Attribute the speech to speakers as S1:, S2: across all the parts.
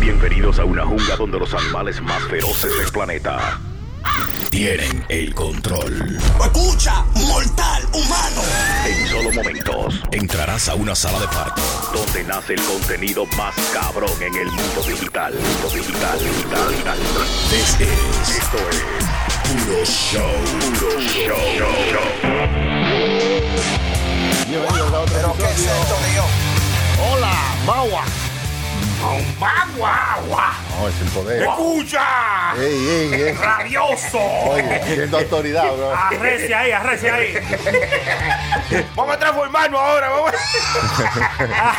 S1: Bienvenidos a una jungla donde los animales más feroces del planeta tienen el control.
S2: Escucha, mortal, humano.
S1: En solo momentos entrarás a una sala de parto donde nace el contenido más cabrón en el mundo digital. Mundo digital, digital, digital. Este es, esto es puro show, puro show.
S2: Pero qué es esto, Dios.
S3: Hola, Bagua.
S4: No, es el poder.
S3: Escucha.
S4: Ey, ey, ey.
S3: Rabioso.
S4: Oye, siento autoridad, bro.
S3: Arrece ahí, arrece ahí. vamos a transformarnos ahora, vamos.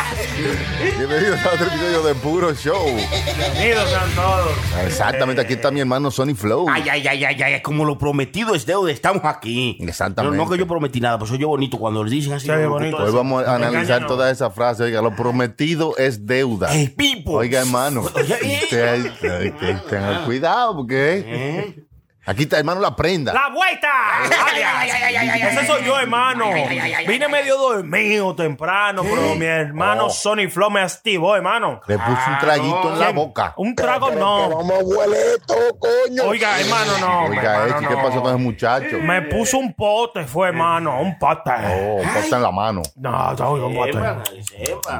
S4: Bienvenidos a otro episodio de Puro Show. Ah,
S3: Bienvenidos sean todos.
S4: Exactamente, aquí está mi hermano Sony Flow.
S5: Ay, ay, ay, ay, ay, como lo prometido es deuda, estamos aquí.
S4: Exactamente.
S5: Pero no que yo prometí nada, pues soy yo bonito cuando le dicen así.
S3: Sí,
S5: yo
S3: bonito.
S4: Hoy vamos a analizar
S3: Engáñanos.
S4: toda esa frase. Oiga, lo prometido es deuda.
S5: Ey,
S3: Pues,
S5: Pipo.
S4: Oiga, hermano.
S5: Oye,
S3: eh,
S4: te- te- te- te- Tengan cuidado, porque
S5: ¿Eh?
S4: aquí está, hermano, la prenda.
S3: ¡La vuelta! alias. Ese soy yo, hermano. Vine medio dormido temprano, pero mi hermano
S4: Oh.
S3: Sony Flow me activó, hermano.
S4: Le puso un traguito en la
S3: ¿Quién?
S4: boca.
S3: Un trago no.
S6: Vamos, abuelito, coño.
S3: Oiga, hermano, no.
S4: Oiga,
S3: hermano,
S4: Echi, ¿qué
S3: no.
S4: pasó con ese muchacho?
S3: Me puso un pote, fue, hermano. Un pote.
S4: Oh, pasa en la mano.
S3: No, no, un pote.
S5: Sepa, sepa.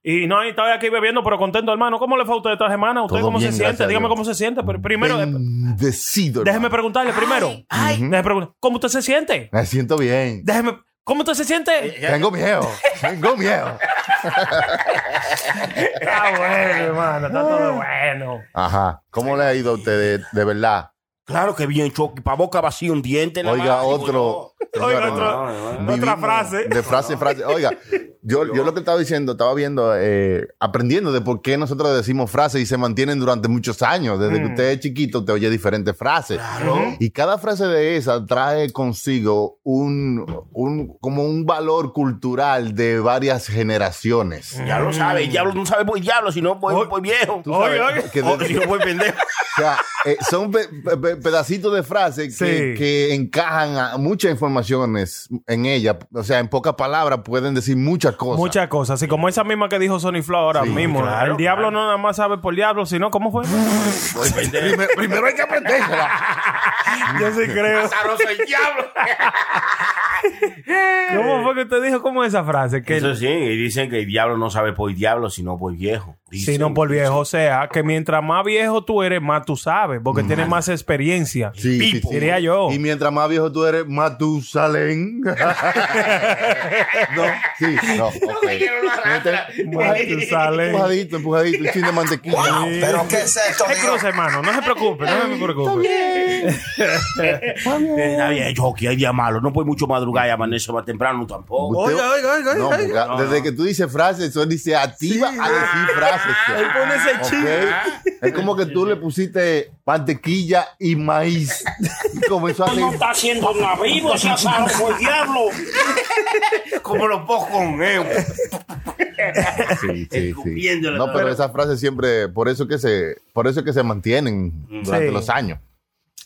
S3: Y no, y estaba aquí bebiendo, pero contento, hermano. ¿Cómo le fue a usted esta semana? ¿Usted
S4: Todo
S3: cómo
S4: bien,
S3: se
S4: gracias
S3: siente?
S4: a
S3: Dígame
S4: Dios.
S3: cómo se siente. Pero primero, eh,
S4: Bendecido,
S3: déjeme
S4: hermano.
S3: preguntarle primero. Déjeme preguntar, ¿Cómo usted se siente?
S4: Me siento bien.
S3: Déjeme. ¿Cómo usted se siente?
S4: Tengo miedo. Tengo miedo.
S3: Está bueno, hermano. Está todo bueno.
S4: Ajá. ¿Cómo le ha ido a usted de, de verdad?
S5: Claro que bien, Chucky. Pa' boca vacía, un diente. en la
S4: Oiga,
S5: mano, digo
S4: otro.
S3: Oiga,
S4: Señores,
S3: otra-
S4: vivimos
S3: otra frase.
S4: De frase en frase. Oiga, yo, yo lo que estaba diciendo, estaba viendo, eh, aprendiendo de por qué nosotros decimos frases y se mantienen durante muchos años. Desde
S3: Mm.
S4: que usted es chiquito, te oye diferentes frases. Y cada frase de esa trae consigo un, un, como un valor cultural de varias generaciones.
S3: Mm.
S5: yo, Ya lo sabe, el diablo no sabe por diablo, si no por,
S3: Oye,
S5: por viejo.
S3: tú sabes Oye, oye.
S4: que
S5: O
S4: de-
S5: si no por pendejo.
S4: O sea, eh, son pe- pe- pe- pedacitos de frases que,
S3: Sí.
S4: que encajan a muchas informaciones en ella. O sea, en pocas palabras pueden decir muchas cosas.
S3: Muchas cosas, así como esa misma que dijo Sony Flow ahora
S4: Sí,
S3: mismo.
S5: claro,
S3: el diablo
S5: claro.
S3: no nada más sabe por diablo, sino ¿cómo fue?
S4: Primero, primero hay que aprendérsela.
S3: Yo sí creo.
S5: Azaroso el diablo.
S3: ¿Cómo fue que usted dijo cómo esa frase? Que
S5: Eso sí, y dicen que el diablo no sabe por diablo, sino por viejo. Dicen,
S3: Si no por viejo, o sea, que mientras más viejo tú eres, más tú sabes,
S5: Mm.
S3: porque tienes más experiencia.
S4: Sí, sí,
S5: Pipo.
S4: sí.
S3: Diría yo.
S4: Y mientras más viejo tú eres, más tú salen. no, sí, no. Okay.
S3: Matusalén.
S4: Empujadito, empujadito, un chin de mantequilla.
S3: Sí.
S6: Pero qué es esto,
S3: Se
S6: Dios.
S3: cruza, hermano, no se preocupe, no se preocupe.
S5: Eh, Está bien, Chucky, hay día malo. No puede mucho madrugar y amanecer más temprano tampoco.
S4: Usted-
S3: oiga, oiga,
S4: No, porque
S5: No,
S4: desde
S5: no.
S4: que tú dices frases, Sony se activa a decir frases.
S3: Ah, Él pone ese
S4: Ok.
S3: chip.
S4: Es como que tú le pusiste mantequilla y maíz. Y comenzó a leer.
S5: haciendo un abrigo, se asado por diablo. Como los pocos con él.
S4: Sí, sí, sí.
S5: Escupiéndole,
S4: No,
S5: ¿no?
S4: pero esas frases siempre, por eso que se, por eso que se mantienen durante
S3: Sí.
S4: los años.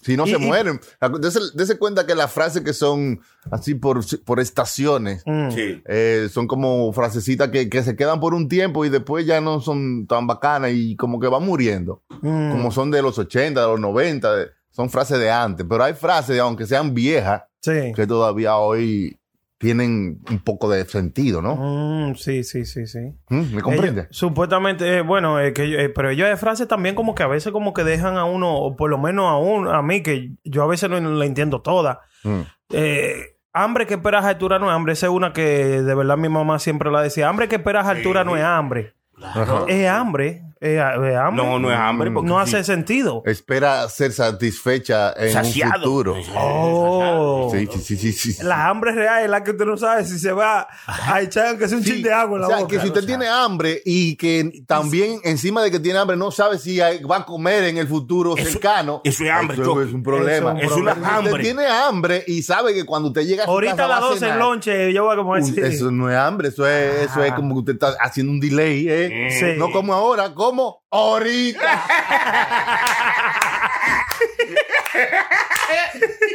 S4: Si no se mueren. Acu- Dese dese cuenta que las frases que son así por, por estaciones
S3: Mm.
S5: Sí.
S4: eh, son como frasecitas que, que se quedan por un tiempo y después ya no son tan bacanas y como que van muriendo.
S3: Mm,
S4: Como son de los 80, de los 90, de- son frases de antes. Pero hay frases, aunque sean viejas,
S3: Sí.
S4: que todavía hoy tienen un poco de sentido, ¿no?
S3: Mm, sí, sí, sí, sí.
S4: ¿Mm? ¿Me comprende?
S3: Ellos- supuestamente, eh, bueno, eh, que, yo- eh, pero ellos de frases también como que a veces como que dejan a uno, o por lo menos a un, a mí, que yo a veces no la entiendo toda.
S4: Mm.
S3: Eh, hambre que esperas a altura no es hambre. Esa es una que de verdad mi mamá siempre la decía. Hambre que esperas a altura no es hambre.
S4: Ajá.
S3: Es hambre. Es, es hambre.
S5: No, no es hambre. Porque
S3: No
S5: sí.
S3: hace
S4: Eh,
S3: sentido.
S4: Espera ser satisfecha en
S5: Saciado.
S4: un futuro.
S3: Oh.
S4: Sí, sí, sí, sí, sí.
S3: La hambre real es la que usted no sabe si se va a echar aunque sea un
S4: Sí,
S3: chin de agua en la
S4: o sea,
S3: boca.
S4: que si usted tiene hambre y que también encima de que tiene hambre no sabe si hay- va a comer en el futuro
S5: Eso-
S4: cercano.
S5: eso es hambre,
S4: Eso
S5: Chucky.
S4: es un problema.
S3: Eso es un
S4: Pero
S5: problema.
S4: si
S5: hambre.
S4: Usted tiene hambre y sabe que cuando usted llega a su casa
S3: Ahorita a
S4: va
S3: las 12
S4: cenar.
S3: en lonche yo voy a comer.
S4: Un-
S3: Pues sí. Ah.
S4: Eso no es hambre, eso es, eso es como que usted está haciendo un delay. ¿eh?
S3: Sí.
S4: No como ahora, como ahorita.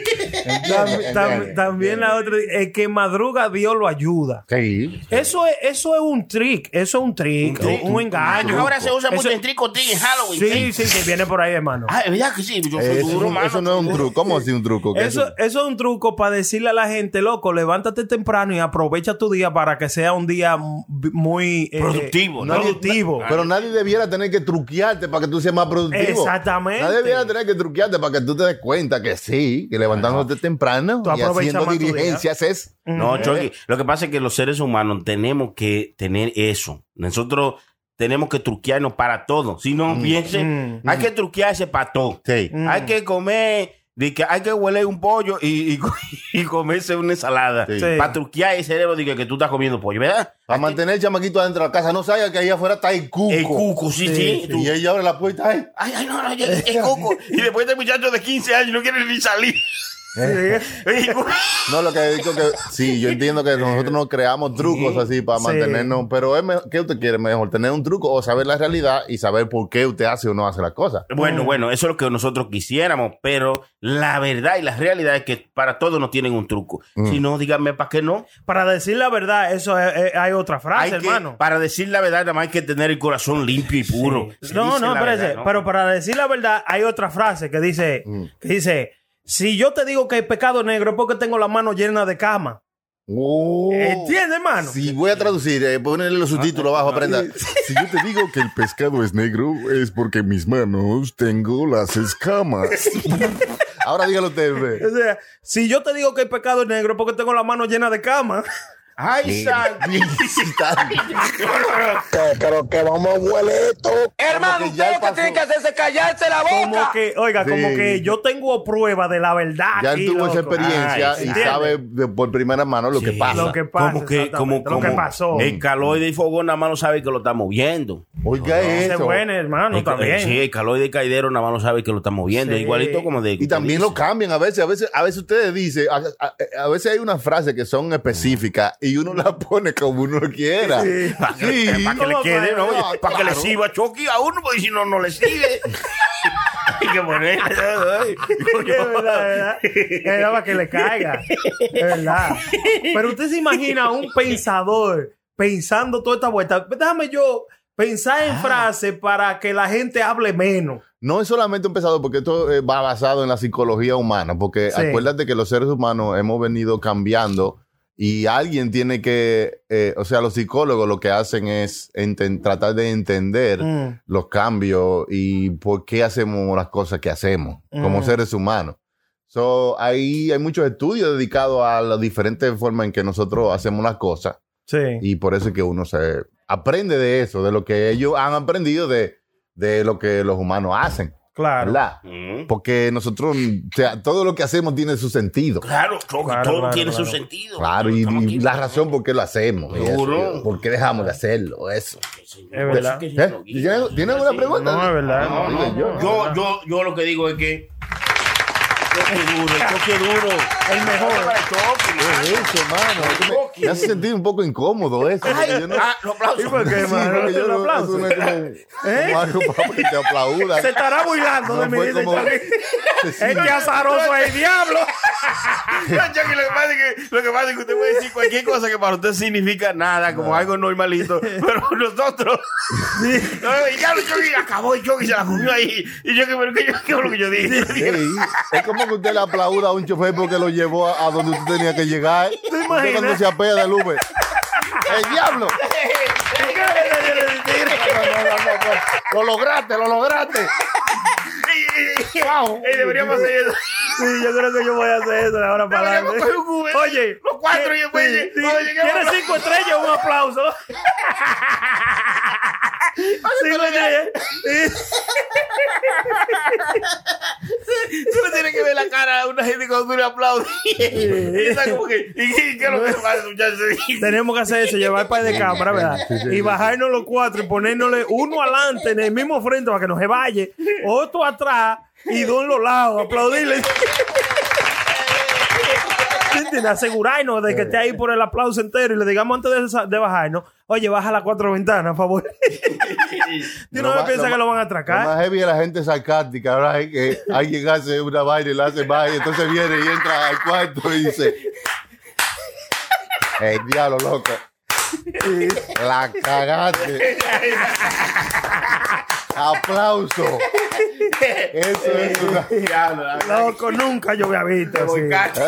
S3: Tam-
S4: Entiende,
S3: tam-
S4: entiende.
S3: también la otra, el que madruga Dios lo ayuda.
S4: Sí.
S3: Eso es, eso es un trick, eso es un trick, un, engaño.
S5: Ahora se usa mucho
S3: Eso-
S5: en tricotín en Halloween.
S3: Sí, sí, que viene por ahí, hermano.
S5: Ah, es verdad que sí. Yo soy
S4: Eh, Eso,
S5: duro,
S4: eso
S5: mano.
S4: no es un truco. ¿Cómo así un truco? ¿Qué
S3: Eso, eso es un truco para decirle a la gente, loco, levántate temprano y aprovecha tu día para que sea un día m- muy eh,
S5: Productivo, ¿no?
S3: productivo.
S4: Pero nadie debiera tener que truquearte para que tú seas más productivo.
S3: Exactamente.
S4: Nadie debiera tener que truquearte para que tú te des cuenta que sí, que levantándote temprano
S3: Tú
S4: y
S3: aprovechas
S4: haciendo
S3: más tu día.
S4: diligencias es.
S5: No, Chucky, lo que pasa es que los seres humanos tenemos que tener eso. Nosotros tenemos que truquearnos para todo. Si no piensen, hay que truquearse para todo.
S4: Mm. Sí. Mm.
S5: Hay que comer, de que hay que huele un pollo y, y co- y comerse una ensalada.
S4: Sí.
S5: Para truquear el cerebro de que, que tú estás comiendo pollo, ¿verdad?
S4: Para mantener el chamaquito adentro de la casa. No sabía que ahí afuera está el cuco.
S5: El cuco, sí, sí. tú-
S4: Y ella abre la puerta. Ay,
S5: Ay, ay, no, no, ya- el cuco. y después este muchacho de 15 años no quiere ni salir. Y cu-
S4: No, lo que digo que sí, yo entiendo que nosotros nos creamos trucos así para
S3: Sí.
S4: mantenernos, pero es mejor- ¿qué usted quiere mejor? ¿Tener un truco o saber la realidad y saber por qué usted hace o no hace las cosas?
S5: Bueno, bueno, eso es lo que nosotros quisiéramos, pero la verdad y la realidad es que para todos no tienen un truco. Si no, díganme para qué no.
S3: Para decir la verdad, eso es- Ah, es- hay otra
S5: Hay
S3: frase,
S5: que-
S3: hermano.
S5: para decir la verdad, nada más hay que tener el corazón limpio y puro. Se
S3: No,
S5: dice
S3: no,
S5: la
S3: espérese.
S5: verdad, ¿no?
S3: Pero para decir la verdad, hay otra frase que dice,
S4: Mm.
S3: que dice, si yo te digo que hay pecado negro es porque tengo la mano llena de cama.
S4: Oh.
S3: ¿Entiendes, hermano?
S4: Si voy a traducir, eh, ponerle los subtítulos
S6: Ah,
S4: abajo, aprenda. Si yo te digo que el pescado es negro, es porque mis manos tengo las escamas. Ahora dígalo usted,
S3: O
S4: ve.
S3: sea, si yo te digo que hay pecado negro es porque tengo la mano llena de cama.
S5: Ay, santo.
S6: ¿Qué? Pero que vamos a huele esto.
S4: Hermano, usted lo que tiene que
S6: hacer es callarse la
S3: Como que, oiga,
S4: Sí.
S3: como que yo tengo prueba de la verdad.
S4: Ya
S3: aquí,
S4: él tuvo esa
S3: loco.
S4: experiencia
S3: Ay,
S4: y
S3: ¿entiendes?
S4: sabe de- por primera mano lo que pasa.
S3: Lo que pasa.
S5: Como que, como,
S3: exactamente, lo que
S5: como
S3: pasó.
S5: El calor del fogón nada más no sabe que lo está moviendo.
S4: Oiga
S3: Ese
S4: eso.
S3: bueno, hermano,
S5: El-
S3: también.
S5: Sí, el calor del caidero nada más no sabe que lo está moviendo.
S3: Sí.
S5: Igualito como de.
S4: Y también lo cambian a veces, a veces, a veces ustedes dicen, a, a- a veces hay unas frases que son específicas y uno las pone como uno quiera. Sí.
S5: Para que le
S3: ¿Cómo
S5: quede,
S3: fue?
S5: ¿no?
S4: Ah,
S5: para que le
S4: claro.
S5: sirva Chucky a uno, porque si no, no le sirve. Hay que ponerle. ay, coño.
S3: Es verdad, ¿verdad? Era para que le caiga. Es verdad. Pero usted se imagina a un pensador pensando toda esta vuelta. Déjame yo pensar
S4: Ah.
S3: en frases para que la gente hable menos.
S4: No es solamente un pesado, porque esto eh, va basado en la psicología humana, porque
S3: Sí.
S4: acuérdate que los seres humanos hemos venido cambiando y alguien tiene que, eh, o sea, los psicólogos lo que hacen es enten- tratar de entender
S3: Mm.
S4: los cambios y por qué hacemos las cosas que hacemos como
S3: Mm.
S4: seres humanos. So, ahí hay muchos estudios dedicados a las diferentes formas en que nosotros hacemos las cosas
S3: Sí.
S4: y por eso es que uno se aprende de eso, de lo que ellos han aprendido de, de lo que los humanos hacen,
S3: Claro.
S4: ¿verdad?
S5: Mm.
S4: Porque nosotros, o sea, todo lo que hacemos tiene su sentido.
S5: Claro, Chucky,
S3: Claro,
S5: todo
S3: claro,
S5: tiene
S3: claro.
S5: su sentido.
S4: Claro, y,
S5: Estamos aquí.
S4: y la razón por qué lo hacemos. y eso,
S5: Seguro.
S4: por qué dejamos de hacerlo, eso.
S3: Pues Es verdad.
S5: Que sí,
S4: ¿Eh?
S5: Chucky.
S4: ¿Tienes, tienes alguna pregunta?
S3: No, es verdad.
S5: No, no,
S4: Digo yo.
S5: Yo, yo, yo lo que digo es que. Chucky duro, Chucky duro. El mejor.
S4: ¿Qué es eso, mano? Eso Me, me hace sentir un poco incómodo eso. porque yo no-
S5: Ah, los aplausos.
S3: ¿Y por qué,
S4: Sí,
S3: hermano?
S4: porque
S3: ¿No te
S4: yo
S3: lo
S4: no-
S3: aplauso? ¿Eh?
S4: eso no es como- como algo para que te aplaudan.
S3: Se estará burlando de
S4: No
S3: mi
S4: fue
S3: vida.
S4: como-
S3: Este azaroso es el diablo.
S5: No, Chucky, lo que, pasa es que, lo que pasa es que usted puede decir cualquier cosa que para usted significa nada, como algo normalito, pero nosotros. No, y ya lo Chucky acabó y Chucky se la comió ahí. Y yo, pero ¿qué, qué fue lo que yo dije?
S4: Sí, es como que usted le aplauda a un chofer porque lo llevó a, a donde usted tenía que llegar. Usted
S3: imaginas?
S4: cuando se apea del Uber. ¡El diablo! No, no, no, no, no. Lo lograste, lo lograste.
S5: Y, y- y deberíamos hacer eso.
S3: Sí, yo creo que yo voy a hacer eso de ahora para
S5: Deberíamos
S3: adelante.
S5: coger un Uber.
S3: Oye,
S5: Los cuatro y
S3: ¿qué-
S5: después
S3: sí,
S5: lleg-
S3: sí,
S5: cuando lleguemos-
S3: ¿Quieres cinco estrellas? Un aplauso. Cinco estrellas.
S5: Tú le tienes que ver la cara a una gente cuando tú le aplaudes. Y está como que, ¿y qué qué es lo que pasa, muchachos?
S3: Tenemos que hacer eso, llevar par de cámara, ¿verdad? Y bajarnos los cuatro y ponernosle uno adelante en el mismo frente para que nos se vaya, otro atrás y dos en los lados, aplaudirle. ¿Entiendes? entiendes? Asegurarnos de que esté ahí por el aplauso entero y le digamos antes de, de bajarnos, oye, baja las cuatro ventanas, por favor. Yo no
S4: Lo
S3: me
S4: más-
S3: piensa
S4: lo
S3: que lo van a
S4: Lo
S3: atracar.
S4: más heavy es la gente sarcástica, ¿verdad? Es que alguien hace una vaina y la hace mal, y entonces viene y entra al cuarto y dice: El diablo, loco. La cagaste. Aplauso. Eso es una.
S3: Loco, nunca yo había visto. así.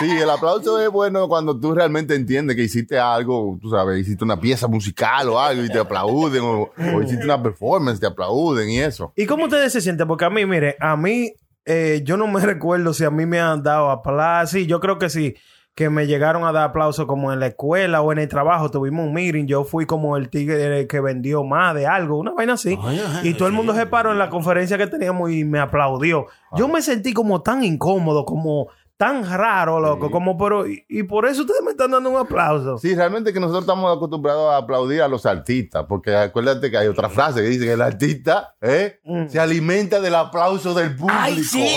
S4: Sí, el aplauso es bueno cuando tú realmente entiendes que hiciste algo, tú sabes, hiciste una pieza musical o algo y te aplauden, o, o hiciste una performance, te aplauden y eso.
S3: ¿Y cómo ustedes se sienten? Porque a mí, mire, a mí, eh, yo no me recuerdo si a mí me han dado aplausos. Sí, yo creo que sí, que me llegaron a dar aplausos como en la escuela o en el trabajo. Tuvimos un meeting, yo fui como el tigre que vendió más de algo, una vaina así. y todo el mundo se paró en la conferencia que teníamos y me aplaudió. Yo me sentí como tan incómodo, como tan raro, loco, como pero... Y, y por eso ustedes me están dando un aplauso.
S4: Sí, realmente que nosotros estamos acostumbrados a aplaudir a los artistas, porque acuérdate que hay otra frase que dice que el artista ¿eh?
S3: Mm.
S4: se alimenta del aplauso del público.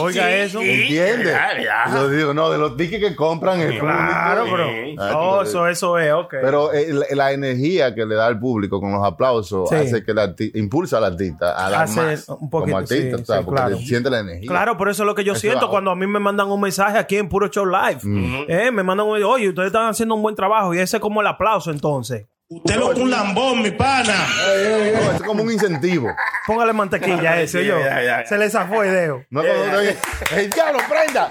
S3: Oiga eso.
S4: ¿Entiendes?
S5: Ya, ya.
S4: Yo digo, no, de los tickets que compran el
S3: Claro,
S4: público.
S3: bro.
S5: Sí.
S3: Oh, eso, eso es, ok.
S4: Ah, Pero eh, la, la energía que le da el público con los aplausos
S3: Sí.
S4: hace que el arti- impulsa al artista a dar
S3: Hace
S4: más
S3: un
S4: como
S3: poquito,
S4: artista,
S3: sí,
S4: o sea,
S3: sí,
S4: porque
S3: claro.
S4: le siente la energía.
S3: Claro, por eso es lo que yo
S4: Eso
S3: siento
S4: va.
S3: cuando a mí me mandan un mensaje aquí en Puro Show Live. Eh, me mandan un oye, ustedes están haciendo un buen trabajo y ese es como el aplauso entonces.
S2: Usted lo que un lambón, mi pana.
S4: No, eso es como un incentivo.
S3: Póngale mantequilla a ese, yo.
S5: ya, ya, ya.
S3: Se le zafó el dedo.
S4: No es como- ¡El diablo, prenda!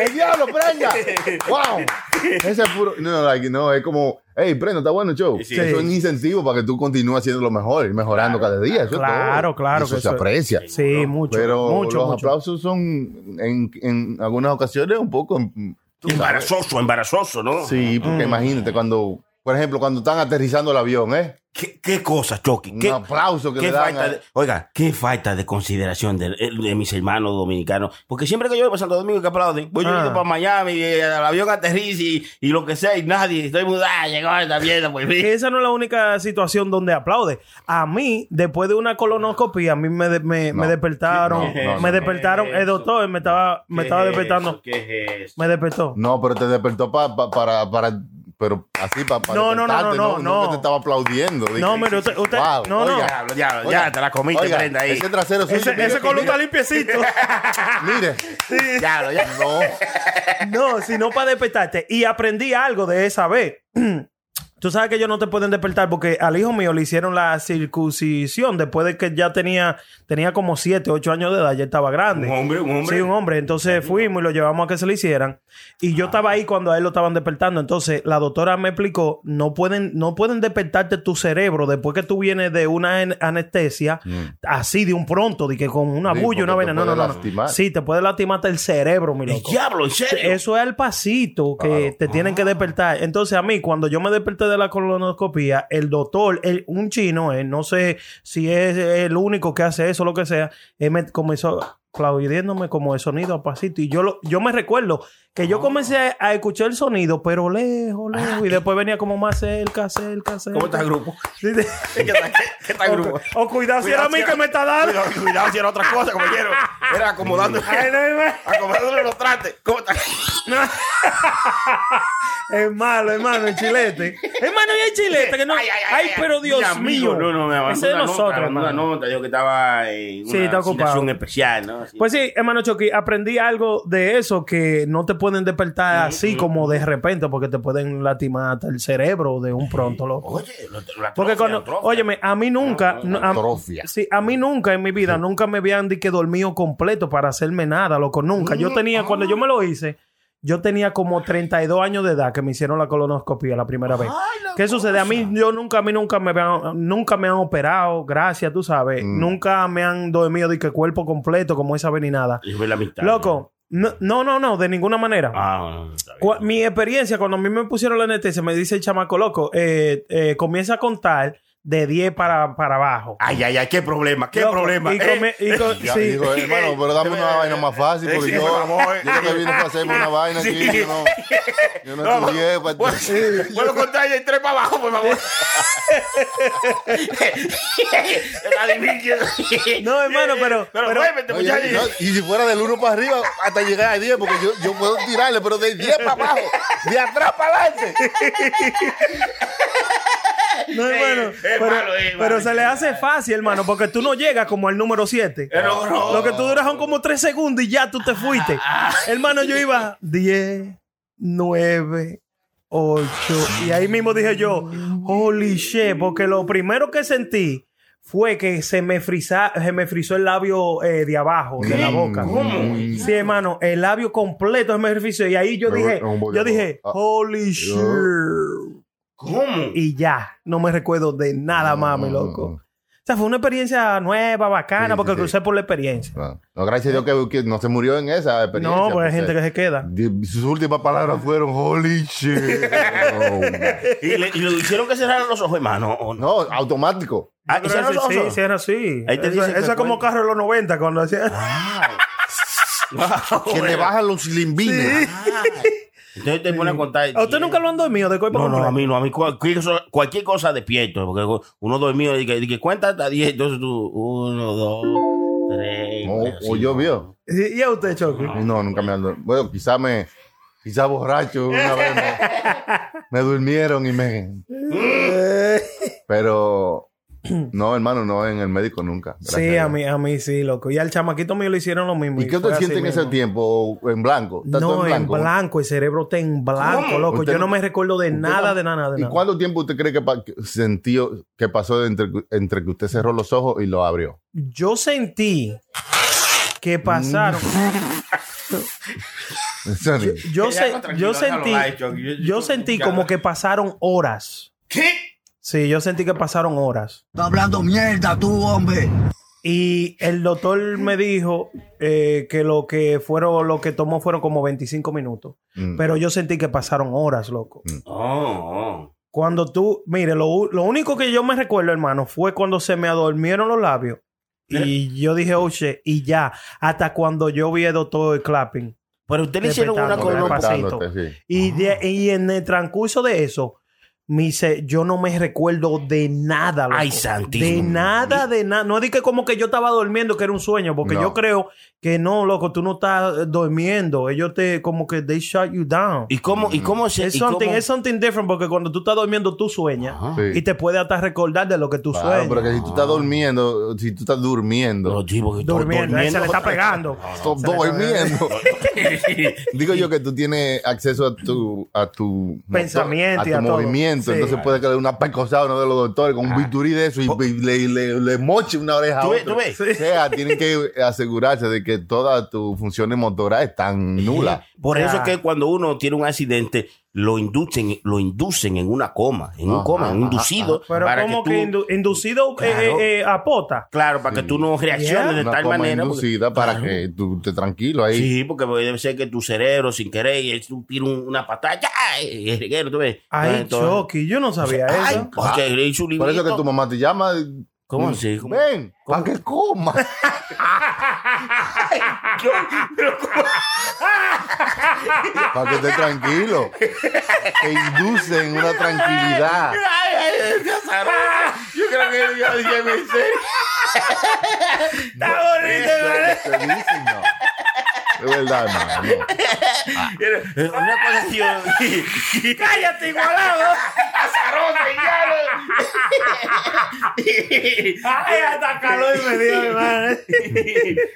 S4: ¡El diablo, prenda! ¡Wow! Ese es puro. No, like, no, es como. ¡Ey, prenda, está bueno el show!
S5: Sí, sí.
S4: Eso es un incentivo para que tú continúes haciendo lo mejor y mejorando cada día. Eso es
S3: Claro,
S4: todo.
S3: claro
S4: Eso
S3: que
S4: se
S3: eso-
S4: aprecia.
S3: Sí, mucho.
S4: Pero
S3: mucho,
S4: los
S3: mucho.
S4: aplausos son en, en algunas ocasiones un poco. mm, tú sabes.
S5: Embarazoso, embarazoso, ¿no?
S4: Sí,
S3: Mm.
S4: porque imagínate cuando, por ejemplo, cuando están aterrizando el avión, ¿eh?
S5: ¿Qué, qué cosa, Chucky?
S4: Un
S5: ¿Qué,
S4: aplauso que
S5: qué
S4: le dan.
S5: falta
S4: a-
S5: de- oiga, qué falta de consideración de, eh, de mis hermanos dominicanos. Porque siempre que yo voy para Santo Domingo que aplauden, voy yo
S3: Ah.
S5: para Miami, eh, el avión aterriza y, y lo que sea, y nadie, estoy muy, ah, llegó esta mierda, pues mira".
S3: Que esa no es la única situación donde aplaude. A mí, después de una colonoscopia, a mí me, de- me, me
S4: No.
S3: despertaron.
S4: Sí, no, no,
S3: me
S4: no.
S3: despertaron. El doctor me estaba, me
S5: ¿Qué
S3: estaba
S5: es
S3: despertando.
S5: eso? ¿Qué es eso?
S3: Me despertó.
S4: No, pero te despertó pa- pa- para, para, pero así para, para
S3: No, no, no,
S4: despertarte,
S3: no, no,
S4: que
S3: no.
S4: te estaba aplaudiendo. Dije,
S3: No, mire, usted- usted-
S4: "Wow,
S3: no, no.
S4: oiga,
S5: Diablo, diablo,
S4: oiga,
S5: ya te la comiste,
S4: oiga,
S5: prenda ahí.
S4: Ese trasero suyo,
S3: Ese,
S4: mire,
S3: ese colon está
S4: mire,
S3: limpiecito.
S4: Mire,
S5: Diablo, ya.
S4: no,
S3: No, sino para despertarte. Y aprendí algo de esa vez. Tú sabes que ellos no te pueden despertar porque al hijo mío le hicieron la circuncisión después de que ya tenía, tenía como 7, 8 años de edad, ya estaba grande.
S5: Un hombre, un hombre.
S3: Sí, un hombre. Entonces fuimos y lo llevamos a que se lo hicieran. Y yo estaba ahí cuando a él lo estaban despertando. Entonces la doctora me explicó, no pueden, no pueden despertarte tu cerebro después que tú vienes de una an- anestesia, así de un pronto, de que con una
S4: Mm. Sí,
S3: bulla, una
S4: porque te
S3: vaina. No, no,
S4: puede
S3: no. no.
S4: lastimar.
S3: Sí, te puede lastimar hasta el cerebro, mi loco.
S5: Diablo, en serio.
S3: Eso es al pasito que te tienen que despertar. Entonces, a mí, cuando yo me desperté de la colonoscopía, el doctor, el- un chino, eh, no sé si es el único que hace eso, lo que sea, él me comenzó aplaudiéndome como el sonido al pasito. Y yo, lo, yo me recuerdo que
S5: Ah.
S3: yo comencé a, a escuchar el sonido, pero lejos, lejos. y después venía como más cerca, cerca, cerca.
S5: ¿Cómo está el grupo?
S3: Sí, sí.
S5: ¿Qué tal- qué tal el
S3: O,
S5: grupo?
S3: o cuidado, si era a mí que me está dando.
S5: Cuidado, cuidado si era otra cosa, compañero. Era acomodando.
S3: Ay, no, hermano.
S5: acomodándole los trates. ¿Cómo está?
S3: Es malo, hermano, el chilete. hermano, y el chilete. Que no... ay, pero Dios
S5: Mi amigo,
S3: mío.
S5: Oh, No, no, me mandó
S3: Ese es de
S5: una
S3: nosotros,
S5: nota, me mandó
S3: hermano.
S5: Una nota, yo que estaba en una
S3: Sí, está ocupado.
S5: asignación especial, ¿no? Así.
S3: Pues sí, hermano Chucky, aprendí algo de eso que no te pueden
S5: Mm,
S3: despertar así como de repente porque te pueden lastimar hasta el cerebro de un pronto, loco.
S5: Oye, lo- la
S3: Porque
S5: atrofia,
S3: cuando,
S5: la atrofia.
S3: óyeme, a mí nunca, no, a,
S4: atrofia.
S3: sí, a mí nunca en mi vida, nunca me habían di que dormido completo para hacerme nada, loco, nunca. Yo tenía, cuando yo me lo hice, yo tenía como 32 años de edad que me hicieron la colonoscopia la primera vez. ¿Qué sucede? A mí, yo nunca, a mí nunca me han, nunca me han operado, gracias, tú sabes. Nunca me han dormido de que cuerpo completo como esa vez ni nada.
S5: Y fue la mitad.
S3: Loco, no, no, no, no, de ninguna manera.
S5: Ah, no, no, está bien.
S3: Cua- mi experiencia, cuando a mí me pusieron la anestesia, me dice el chamaco, loco, eh, eh, comienza a contar de 10 para, para abajo.
S5: Ay, ay, ay, qué problema, qué
S3: Loco,
S5: problema.
S3: y
S5: ¿eh?
S3: come- y co-
S4: Ya,
S3: sí.
S4: digo, hermano, pero dame una vaina más fácil, porque
S5: Sí,
S4: yo,
S5: por favor.
S4: yo lo que vine fue a hacerme una vaina aquí,
S5: Sí.
S4: yo no, yo no,
S5: No,
S4: estudié.
S3: pues,
S4: pues, para-
S5: Bueno, Puedo contar ya y tres para abajo, por favor. La difícil.
S3: Eh, No, hermano, pero-
S5: Pero eh,
S3: pero-
S5: muévete,
S4: Oye,
S5: muchacho.
S4: no, y si fuera del 1 para arriba, hasta llegar a 10, porque yo, yo puedo tirarle, pero de 10 para abajo, de atrás para adelante.
S3: No,
S5: eh,
S3: hermano,
S5: es
S3: pero,
S5: malo, es
S3: pero
S5: malo.
S3: se le hace fácil, hermano, porque tú no llegas como al número 7.
S5: Eh, no, no. Ah.
S3: Lo que tú duras son como 3 segundos y ya tú te fuiste. Hermano, yo iba 10, 9, 8. Y ahí mismo dije yo, holy shit, porque lo primero que sentí fue que se me, friza- se me frizó el labio eh, de abajo, de la boca. Sí, hermano, el labio completo se me frizó. Y ahí yo
S4: Pero,
S3: dije,
S4: es un bollado.
S3: yo dije,
S4: Ah.
S3: holy shit
S5: ¿Cómo?
S3: y ya, no me recuerdo de
S4: Ah.
S3: nada más, mi loco. O sea, fue una experiencia nueva, bacana,
S4: Sí,
S3: porque
S4: sí, sí.
S3: crucé por la experiencia.
S4: No, no, gracias a Dios que, que no se murió en esa experiencia.
S3: No, pues hay
S4: porque
S3: gente que se queda.
S4: di- Sus últimas palabras fueron, holy shit. Oh,
S5: ¿Y, le, y lo hicieron que cerraran los ojos, hermano? ¿o no?
S4: no, automático.
S5: Ah,
S3: Pero
S5: ¿Hicieron
S3: sí,
S5: los
S3: sí,
S5: ojos?
S3: sí, era así.
S5: Ahí te
S3: Eso,
S5: dicen que
S3: eso es como
S5: cuelga.
S3: carro de los 90 cuando hacía.
S4: Que
S5: Wow,
S4: le
S5: Ah, bueno.
S4: bajan los limbines.
S5: Entonces te ponen a contar.
S3: ¿A usted nunca lo han dormido de cuerpo
S5: No, no,
S3: completo?
S5: a mí no, a mí cualquier cosa, cualquier cosa despierto, porque uno dormido y que, y que cuenta hasta 10, entonces tú, uno, dos, tres.
S4: O,
S5: cuatro,
S4: o Oh, yo
S5: cinco.
S4: vio.
S3: ¿Y y a usted, Choco?
S4: No, nunca me ando. Bueno, quizá me. Quizá borracho una vez me, me durmieron y me. Pero. No, hermano, no en el médico nunca. gracias
S3: Sí, a
S4: Dios.
S3: mí, a mí sí, loco. Y al chamaquito mío le hicieron lo mismo.
S4: ¿Y qué usted
S3: fue así
S4: siente en ese
S3: mismo.
S4: tiempo? ¿En blanco? ¿Está todo
S3: No,
S4: en
S3: en
S4: blanco?
S3: blanco, el cerebro está en blanco, loco.
S4: Usted
S3: Yo
S4: no-
S3: no me recuerdo de
S4: usted
S3: nada,
S4: no-
S3: de nada, de
S4: ¿Y
S3: nada.
S4: cuánto tiempo usted cree que, pa- que sentió que pasó de entre, entre que usted cerró los ojos y lo abrió?
S3: Yo sentí que
S4: Mm.
S3: pasaron.
S4: Sony,
S3: Yo,
S5: Ya,
S3: se-
S5: no,
S3: yo
S5: tranquilo, déjalo,
S3: sentí,
S5: bye, Chucky. Yo-
S3: yo sentí
S5: ya.
S3: como que pasaron horas.
S5: ¿Qué?
S3: Sí, yo sentí que pasaron horas.
S7: Está hablando mierda tú, hombre.
S3: Y el doctor me dijo eh, que lo que fueron, lo que tomó fueron como 25 minutos.
S4: Mm.
S3: Pero yo sentí que pasaron horas, loco.
S5: Oh,
S3: Cuando tú, mire, lo, u- lo único que yo me recuerdo, hermano, fue cuando se me adormieron los labios. Y yo dije, oye, y ya, hasta cuando yo vi el doctor clapping.
S5: Pero usted le hicieron una
S3: Respetando,
S5: con
S3: un
S5: los...
S3: pasito.
S4: Respetándote, sí.
S3: Y, de- y en el transcurso de eso, me dice, yo no me recuerdo de nada. loco.
S5: Ay,
S3: De
S5: santísimo.
S3: nada, de nada. No dije que como que yo estaba durmiendo, que era un sueño, porque
S4: No.
S3: yo creo que no, loco, tú no estás eh, durmiendo. Ellos te, como que they shut you down.
S5: ¿Y cómo, y cómo se...
S3: Es
S5: Este, y cómo-
S3: something, es something different, porque cuando tú estás durmiendo, tú sueñas.
S4: Sí.
S3: Y te puede hasta recordar de lo que tú
S4: Claro,
S3: sueñas.
S4: pero que si tú estás durmiendo, si tú estás durmiendo,
S5: No, sí, porque to-
S3: Durmiendo, ahí se le está pegando.
S4: estás durmiendo. Digo yo que tú tienes acceso a tu a tu motor-
S3: Pensamiento y
S4: a
S3: a
S4: tu
S3: todo.
S4: movimiento,
S3: Sí.
S4: entonces puede que le dé una pescosada a uno de los doctores con un bisturí de eso y, y le, y le- le moche una oreja a
S5: Ah. ¿Tú ves?
S4: otro.
S5: ¿Tú ves?
S4: O sea, tienen que asegurarse de que todas tus funciones motoras están nulas.
S5: Por eso
S3: Ya.
S5: es que cuando uno tiene un accidente, lo inducen, lo inducen en una coma, en un
S4: Ajá,
S5: coma, en un
S4: ajá,
S5: inducido.
S3: Pero
S5: para
S3: como que,
S5: tú-
S3: indu- inducido eh,
S5: Claro.
S3: eh, eh, a pota.
S5: Claro, para que tú no reacciones
S3: Yeah.
S5: de
S4: Una
S5: tal
S4: coma
S5: manera. porque-
S4: inducida para
S5: Claro.
S4: que tú estés tranquilo ahí.
S5: Sí, porque puede ser que tu cerebro, sin querer, y tú tiras un- una patada. ¡ya! Y el reguero, tú ves.
S3: Ay,
S5: Entonces,
S3: Chucky, yo no sabía
S5: ay,
S3: eso.
S5: o sea, le hizo un
S4: Por eso que
S5: librito.
S4: tu mamá Mm. te llama.
S5: ¿Cómo así? ¿Cómo?
S4: Pues, Ven, para que comas. para que estés tranquilo. Te inducen una tranquilidad.
S5: Ay, ay, ay, ya sabes. Yo creo que yo dije, me hice. Está bonito, ¿verdad?
S4: Te dicen, no. De verdad, hermano, no.
S5: Eh, Una cosa así. yo- ¡Cállate, igualado! ¡Azarón,
S3: Ay, hasta calor me dio, hermano.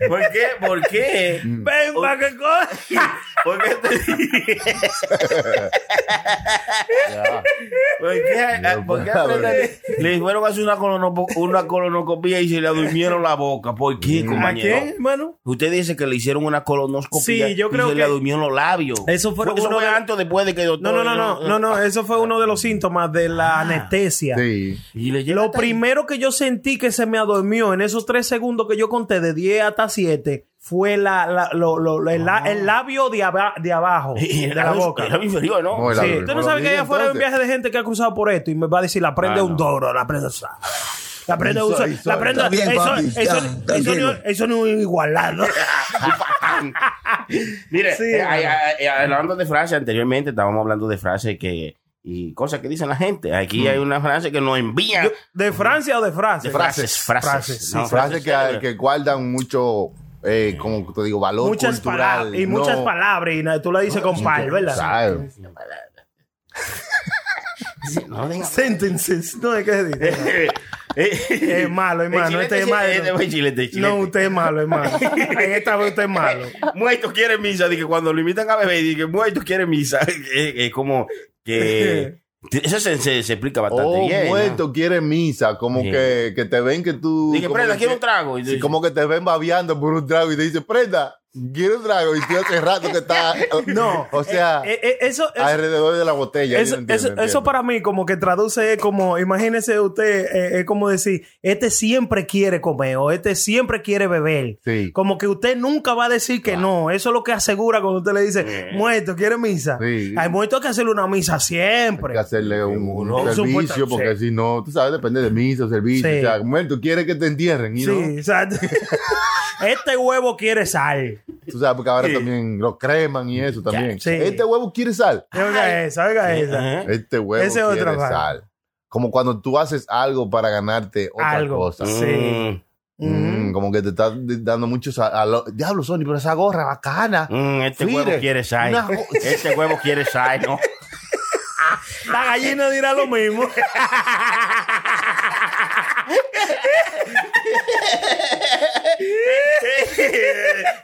S5: ¿Por qué? ¿Por qué?
S3: Ven para que coja.
S5: ¿Por qué te- ¿Por qué, Ah,
S4: Ya,
S5: por qué
S4: por favor.
S5: aprender? Le fueron a hacer una, colonopo- una colonocopia y se le durmieron la boca. ¿Por qué,
S3: ¿A
S4: Mm.
S5: compañero?
S3: quién, hermano?
S5: Usted dice que le hicieron una dos
S3: Sí,
S5: copitas
S3: yo creo
S5: y se la
S3: que-
S5: durmió en los labios.
S3: Eso fue-
S5: eso
S3: eso
S5: fue
S3: fue-
S5: antes o después de que el doctor.
S3: No, no, no, no, no, no, eso fue uno de los síntomas de la anestesia.
S4: Sí.
S5: Y le llega
S3: Lo
S5: hasta ahí.
S3: primero que yo sentí que se me adormió en esos tres segundos que yo conté de 10 hasta 7 fue la, la- lo- lo- lo- el, la- el labio de, aba- de abajo, de
S5: Era
S3: la
S5: un-
S3: boca.
S5: Era inferior, ¿no?
S4: No, el
S3: Sí,
S4: labio.
S3: usted no sabe que allá afuera hay un viaje de gente que ha cruzado por esto y me va a decir, la prenda es
S5: Ah,
S3: un
S5: no.
S3: doro, la prenda es... La prenda es
S4: Ahí
S3: un...
S4: soy, ahí soy.
S3: La prenda...
S7: Está bien,
S3: eso-
S7: papi,
S3: eso-
S7: ya,
S3: Eso
S7: tranquilo.
S3: no- eso no es igualado.
S5: Mire,
S3: Sí,
S5: eh,
S3: hermano.
S5: ay, ay, ay, hablando de frases anteriormente, estábamos hablando de frases que y cosas que dicen la gente. Aquí hay una frase que nos envían.
S3: Mm. Yo- ¿De Francia o de Francia?
S5: de frases, frases.
S3: Frases, sí,
S5: No,
S4: Frases que,
S5: célebres.
S4: que guardan mucho, eh, como te digo, valor
S3: Muchas
S4: cultural.
S3: palabras. Y muchas
S4: No,
S3: palabras. Y na- tú la dices con pal, ¿verdad?
S4: ¿sabes?
S5: Sí, no, venga.
S3: Sentences. No, ¿de qué se dice?
S5: Eh, eh,
S3: Es malo, hermano.
S5: chilete,
S3: Este es
S5: chilete,
S3: malo.
S5: este fue chilete, chilete.
S3: No, usted es malo, hermano. En esta vez usted es malo.
S5: Muertos quieren misa. Dije, cuando lo invitan a beber, dije, muertos quieren misa. Es, es como que. Eso se, se- se explica bastante
S4: Oh,
S5: bien. ¿no?
S4: muerto, quiere misa. Como
S5: Sí.
S4: que, que te ven que tú.
S5: Dije,
S4: como
S5: prenda,
S4: que-
S5: quiero un trago. Y
S4: Sí,
S5: dice,
S4: como que te ven babeando por un trago y te dicen, prenda, quiero un trago. Y tú hace rato que está.
S3: No.
S4: O sea,
S3: Eh, eh, eso, eso-
S4: alrededor de la botella.
S3: eso,
S4: Ah, yo entiendo,
S3: eso-
S4: entiendo.
S3: eso para mí como que traduce es como, imagínese usted, eh, es como decir, este siempre quiere comer o este siempre quiere beber.
S4: Sí.
S3: Como que usted nunca va a decir que no. Eso es lo que asegura cuando usted le dice, muerto, ¿quiere misa?
S4: Sí.
S3: Hay muerto que hacerle una misa
S4: Hay
S3: siempre.
S4: que hacerle un, un
S3: Por
S4: servicio,
S3: supuesto,
S4: porque si no, tú sabes, depende de misa, servicio.
S3: Sí.
S4: O sea, muerto, quiere que te entierren. y
S3: Sí,
S4: no?
S3: o sea, este huevo quiere sal.
S4: Tú sabes, porque ahora también lo creman y eso también.
S3: sí.
S4: Este huevo quiere sal.
S3: Oiga esa, oiga esa.
S5: Ajá.
S4: Este huevo
S3: ¿Eh? Ese es
S4: quiere
S3: otro, Juan.
S4: sal. Como cuando tú haces algo para ganarte otra
S3: Algo.
S4: cosa.
S3: Sí.
S4: Mm, como que te estás dando muchos a, a lo- Diablo, Sony, pero esa gorra bacana.
S5: Mm, este
S4: Mire,
S5: huevo quiere sai.
S4: una jo-
S5: Este huevo quiere sai, ¿no?
S3: La gallina dirá lo mismo.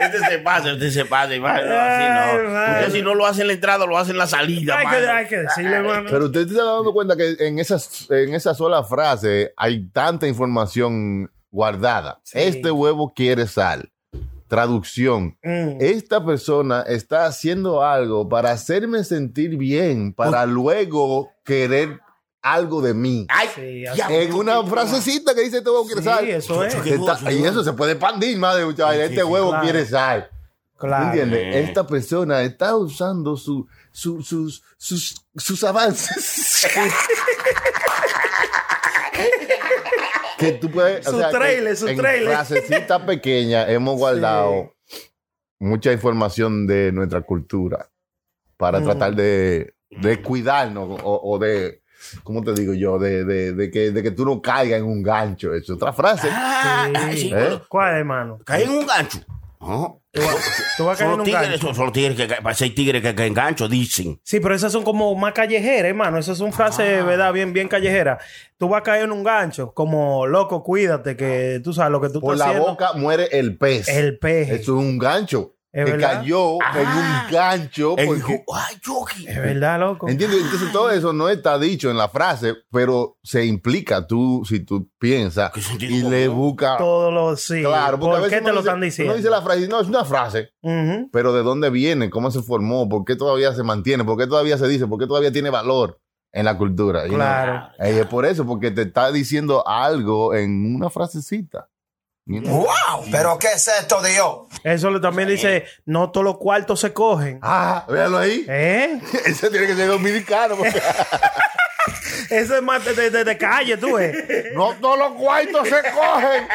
S5: este se pasa, este se pasa. hermano, así
S3: Ay,
S5: no.
S3: hermano.
S5: Usted si no lo hace en la entrada, lo hace en la salida,
S3: hay, que,
S5: mano.
S3: hay que decirle, hermano.
S4: Pero usted se está dando cuenta que en, esas, en esa sola frase hay tanta información guardada. Este huevo quiere sal. Traducción.
S3: Mm.
S4: Esta persona está haciendo algo para hacerme sentir bien, para luego querer algo de mí.
S5: Ay,
S3: Sí,
S5: ya,
S3: así.
S4: En una frasecita que dice este huevo quiere
S3: Sí,
S4: sal.
S3: eso es.
S4: Se está- y eso se puede pandir, madre. muchacha. Este huevo
S3: claro.
S4: quiere sal.
S3: Claro.
S4: ¿Entiendes? Esta persona está usando su, su- sus, sus, sus avances. que tú puedes.
S3: Su
S4: que
S3: trailer, su
S4: en
S3: trailer.
S4: frasecita pequeña hemos guardado mucha información de nuestra cultura para tratar de, de cuidarnos o, o de. ¿Cómo te digo yo? De, de- de que, de que tú no caigas en un gancho. Es otra frase.
S5: Ah, ay, sí,
S3: Sí.
S4: ¿Eh?
S3: ¿Cuál, hermano?
S5: Caí en un gancho. No.
S3: Tú vas a caer
S5: Son
S3: en
S5: los
S3: un
S5: tigres,
S3: gancho.
S5: son- son los tigres que caen, para seis tigres que caen gancho, dicen.
S3: Sí, pero esas son como más callejeras, hermano. Esas son frases,
S4: Ah.
S3: ¿verdad? Bien, bien callejeras. Tú vas a caer en un gancho, como loco, cuídate, que tú sabes lo que tú
S4: Por
S3: estás
S4: la
S3: haciendo.
S4: boca muere el pez.
S3: El peje.
S4: Eso es un gancho.
S3: ¿Es
S4: que
S3: verdad?
S4: cayó
S5: Ah.
S4: en un gancho.
S5: El
S4: Porque,
S5: ju- ay, Yogi.
S3: Es verdad, loco.
S4: ¿Entiendes? Entonces todo eso no está dicho en la frase, pero se implica tú si tú piensas
S5: ¿Qué sentido
S4: y
S5: común?
S4: le busca.
S3: Todo lo sí.
S4: Claro, porque a
S3: ¿Por
S4: veces uno
S3: qué te lo
S4: dice-
S3: están diciendo?
S4: Uno dice la frase, no, es una frase,
S3: Ujú.
S4: pero ¿de dónde viene? ¿Cómo se formó? ¿Por qué todavía se mantiene? ¿Por qué todavía se dice? ¿Por qué todavía tiene valor en la cultura? Y no,
S3: Claro.
S4: eh, es por eso, porque te está diciendo algo en una frasecita.
S7: ¡Wow! ¿Pero qué es esto, Dios?
S3: Eso lo- también dice, no todos los cuartos se cogen.
S4: Ah, véalo ahí.
S3: ¿Eh?
S4: Ese tiene que ser dominicano. porque-
S3: Eso es más de, de- de- de calle, tú ves.
S4: No todos los cuartos se cogen.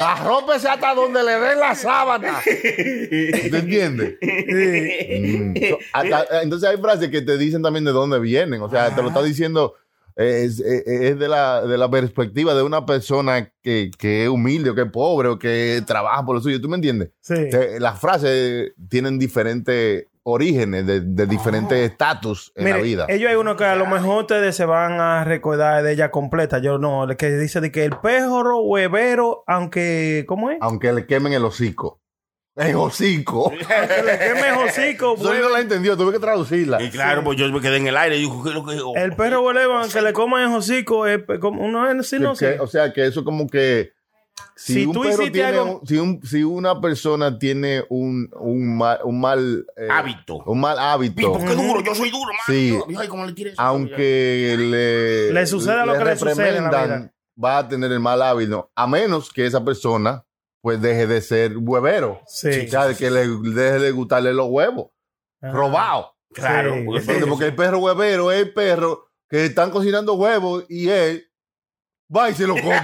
S4: Arrópese hasta donde le den la sábana. ¿Te entiendes? Mm. So, hasta- Entonces hay frases que te dicen también de dónde vienen. O sea, te lo está diciendo. eh, Es, eh, es de, la, de la perspectiva de una persona que, que es humilde o que es pobre o que trabaja por lo suyo. ¿Tú me entiendes?
S3: Sí.
S4: Eh, Las frases tienen diferentes orígenes, de, de
S3: Ah.
S4: diferentes estatus en la
S3: Mire,
S4: vida.
S3: Ellos hay uno que a lo mejor ustedes se van a recordar de ella completa. Yo no, el que
S4: Ah.
S3: dice de que el péjaro huevero, aunque, ¿cómo es?
S4: Aunque le quemen el hocico. En hocico.
S3: Que le queme el hocico,
S4: Solo
S3: vuelve-
S4: no la entendió, tuve que traducirla.
S5: Y claro, pues yo me quedé en el aire. Y dijo, ¿qué es lo que dijo?
S3: El perro Bolevan que le coman el hocico, es pe- como uno es así, no
S4: Que-
S3: sé.
S4: o sea, que eso como que... Si,
S3: Si
S4: un
S3: tú
S4: perro
S3: hiciste
S4: tiene
S3: algo-
S4: un- si, un- si una persona tiene un, un mal, un mal eh,
S5: Hábito.
S4: un mal hábito,
S5: Porque duro, yo soy duro, mano.
S4: Sí.
S5: Ay, ¿cómo le tira eso?
S4: aunque le,
S3: Le suceda lo que le suceda en la
S4: reprimendan,
S3: vida.
S4: va a tener el mal hábito, a menos que esa persona pues deje de ser huevero,
S3: Sí.
S4: o sea, que le deje de gustarle los huevos,
S3: Ah.
S4: robado.
S5: Claro,
S3: Sí.
S5: porque
S4: Porque, porque el perro huevero es el perro que están cocinando huevos y él va y se lo come.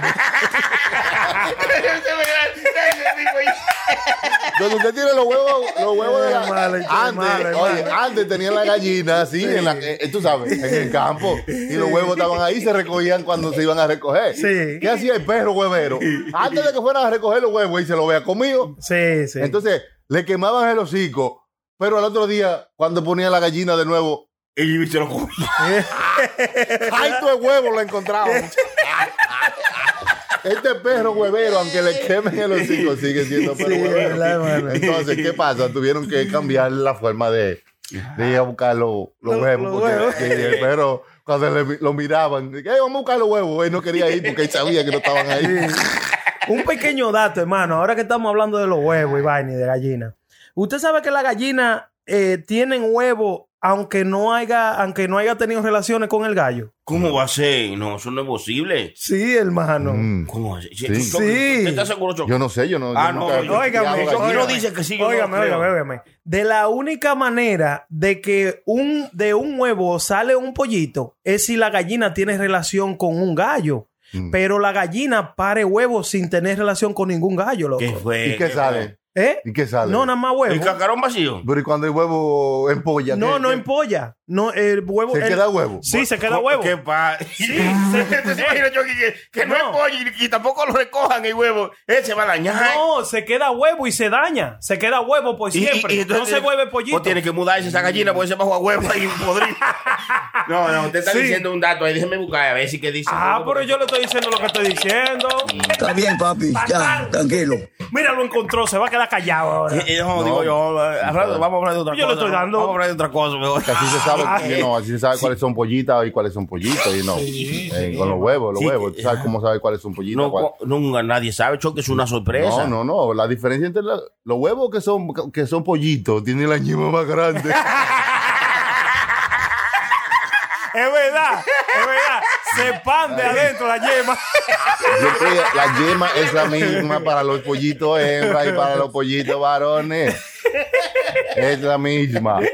S4: Donde usted tiene los huevos, los huevos de la
S3: Qué malo, qué
S4: antes,
S3: malo,
S4: oye,
S3: malo.
S4: antes tenían la gallina así, en la, eh, tú sabes, en el campo. Y los huevos estaban ahí, se recogían cuando se iban a recoger.
S3: Sí.
S4: ¿Qué hacía el perro huevero? Antes de que fueran a recoger los huevos y se los había comido.
S3: Sí, sí.
S4: Entonces, le quemaban el hocico. Pero al otro día, cuando ponían la gallina de nuevo,
S5: Y se lo comió.
S4: ¡ay, tu huevo lo encontraban! Este perro huevero, aunque le quemen el hocico, sigue siendo perro
S3: Sí,
S4: huevero.
S3: la mano.
S4: Entonces, ¿qué pasa? Tuvieron que cambiar la forma de, de ir a buscar los, los
S3: Los-
S4: huevos.
S3: los
S4: porque
S3: huevos.
S4: que el perro, cuando le- lo miraban, "Eh, vamos a buscar los huevos. Él no quería ir porque él sabía que no estaban ahí.
S3: Un pequeño dato, hermano. Ahora que estamos hablando de los huevos y vaina y de gallina. Usted sabe que las gallinas eh, tienen huevo aunque no haya, aunque no haya tenido relaciones con el gallo.
S5: ¿Cómo va a ser? No, eso no es posible.
S3: Sí, hermano.
S4: Mm.
S5: ¿Cómo va a ser?
S4: Sí.
S3: Sí.
S5: ¿Estás seguro, Choco?
S4: Yo no sé, yo no.
S5: Ah,
S4: yo
S5: no,
S4: nunca-
S5: yo-
S3: Óigame,
S5: Choco,
S4: Yo-
S5: y no
S3: óigame.
S5: dice que sí, yo no
S3: Óigame,
S5: creo.
S3: óigame, óigame. De la única manera de que un, de un huevo sale un pollito es si la gallina tiene relación con un gallo.
S4: Mm.
S3: Pero la gallina pare huevos sin tener relación con ningún gallo, loco.
S5: ¿Qué fue?
S4: ¿Y qué sale?
S3: ¿Eh?
S4: ¿Y qué sale?
S3: No, nada más
S5: ¿El
S3: huevo.
S5: cascarón vacío?
S4: Pero ¿y cuando el huevo empolla?
S3: No,
S4: ¿Qué-
S3: no
S4: qué-
S3: empolla. No, el huevo.
S4: ¿Se
S3: el-
S4: queda huevo?
S3: Sí, se queda huevo.
S5: ¿Qué pa... Sí, ¿Te imaginas, Choco, que, que no,
S3: No.
S5: es pollo y, y tampoco lo recojan el huevo? Él se va a dañar.
S3: No, se queda huevo y se daña. Se queda huevo por
S5: Y- y-
S3: siempre.
S5: y
S3: no
S5: entonces
S3: se
S5: tiene-
S3: vuelve pollito.
S5: O tiene que mudarse esa gallina porque se va a jugar huevo ahí podrido. no, no, usted está
S3: Sí.
S5: diciendo un dato ahí. Déjeme buscar a ver si que dice.
S3: Ah,
S5: Choco,
S3: pero yo le estoy diciendo lo que estoy diciendo.
S5: Mm.
S8: Está bien, papi. Ya, tranquilo.
S3: Mira, lo encontró. Se va a quedar callado ahora.
S5: Eh, eh, No, digo yo, eh, al rato vamos a hablar de otra
S3: Yo
S5: cosa.
S3: le estoy
S5: ¿no?
S3: dando.
S5: Vamos a hablar de otra cosa mejor.
S4: Que así se sabe,
S3: Ay.
S4: you know, así se sabe cuáles son pollitas y cuáles son pollitos. you know. Eh, con los huevos, los
S5: Sí.
S4: huevos. Tú sabes cómo sabes cuáles son pollitas.
S5: No,
S4: cuáles-
S5: cu- nunca nadie sabe, Choco, es una sorpresa.
S4: No, no, no. La diferencia entre la- los huevos que son, que son pollitos tienen la ñima más grande.
S3: Es verdad, es verdad. Se expande adentro la yema.
S4: Yo creo que la yema es la misma para los pollitos hembras y para los pollitos varones. Es la misma. Lo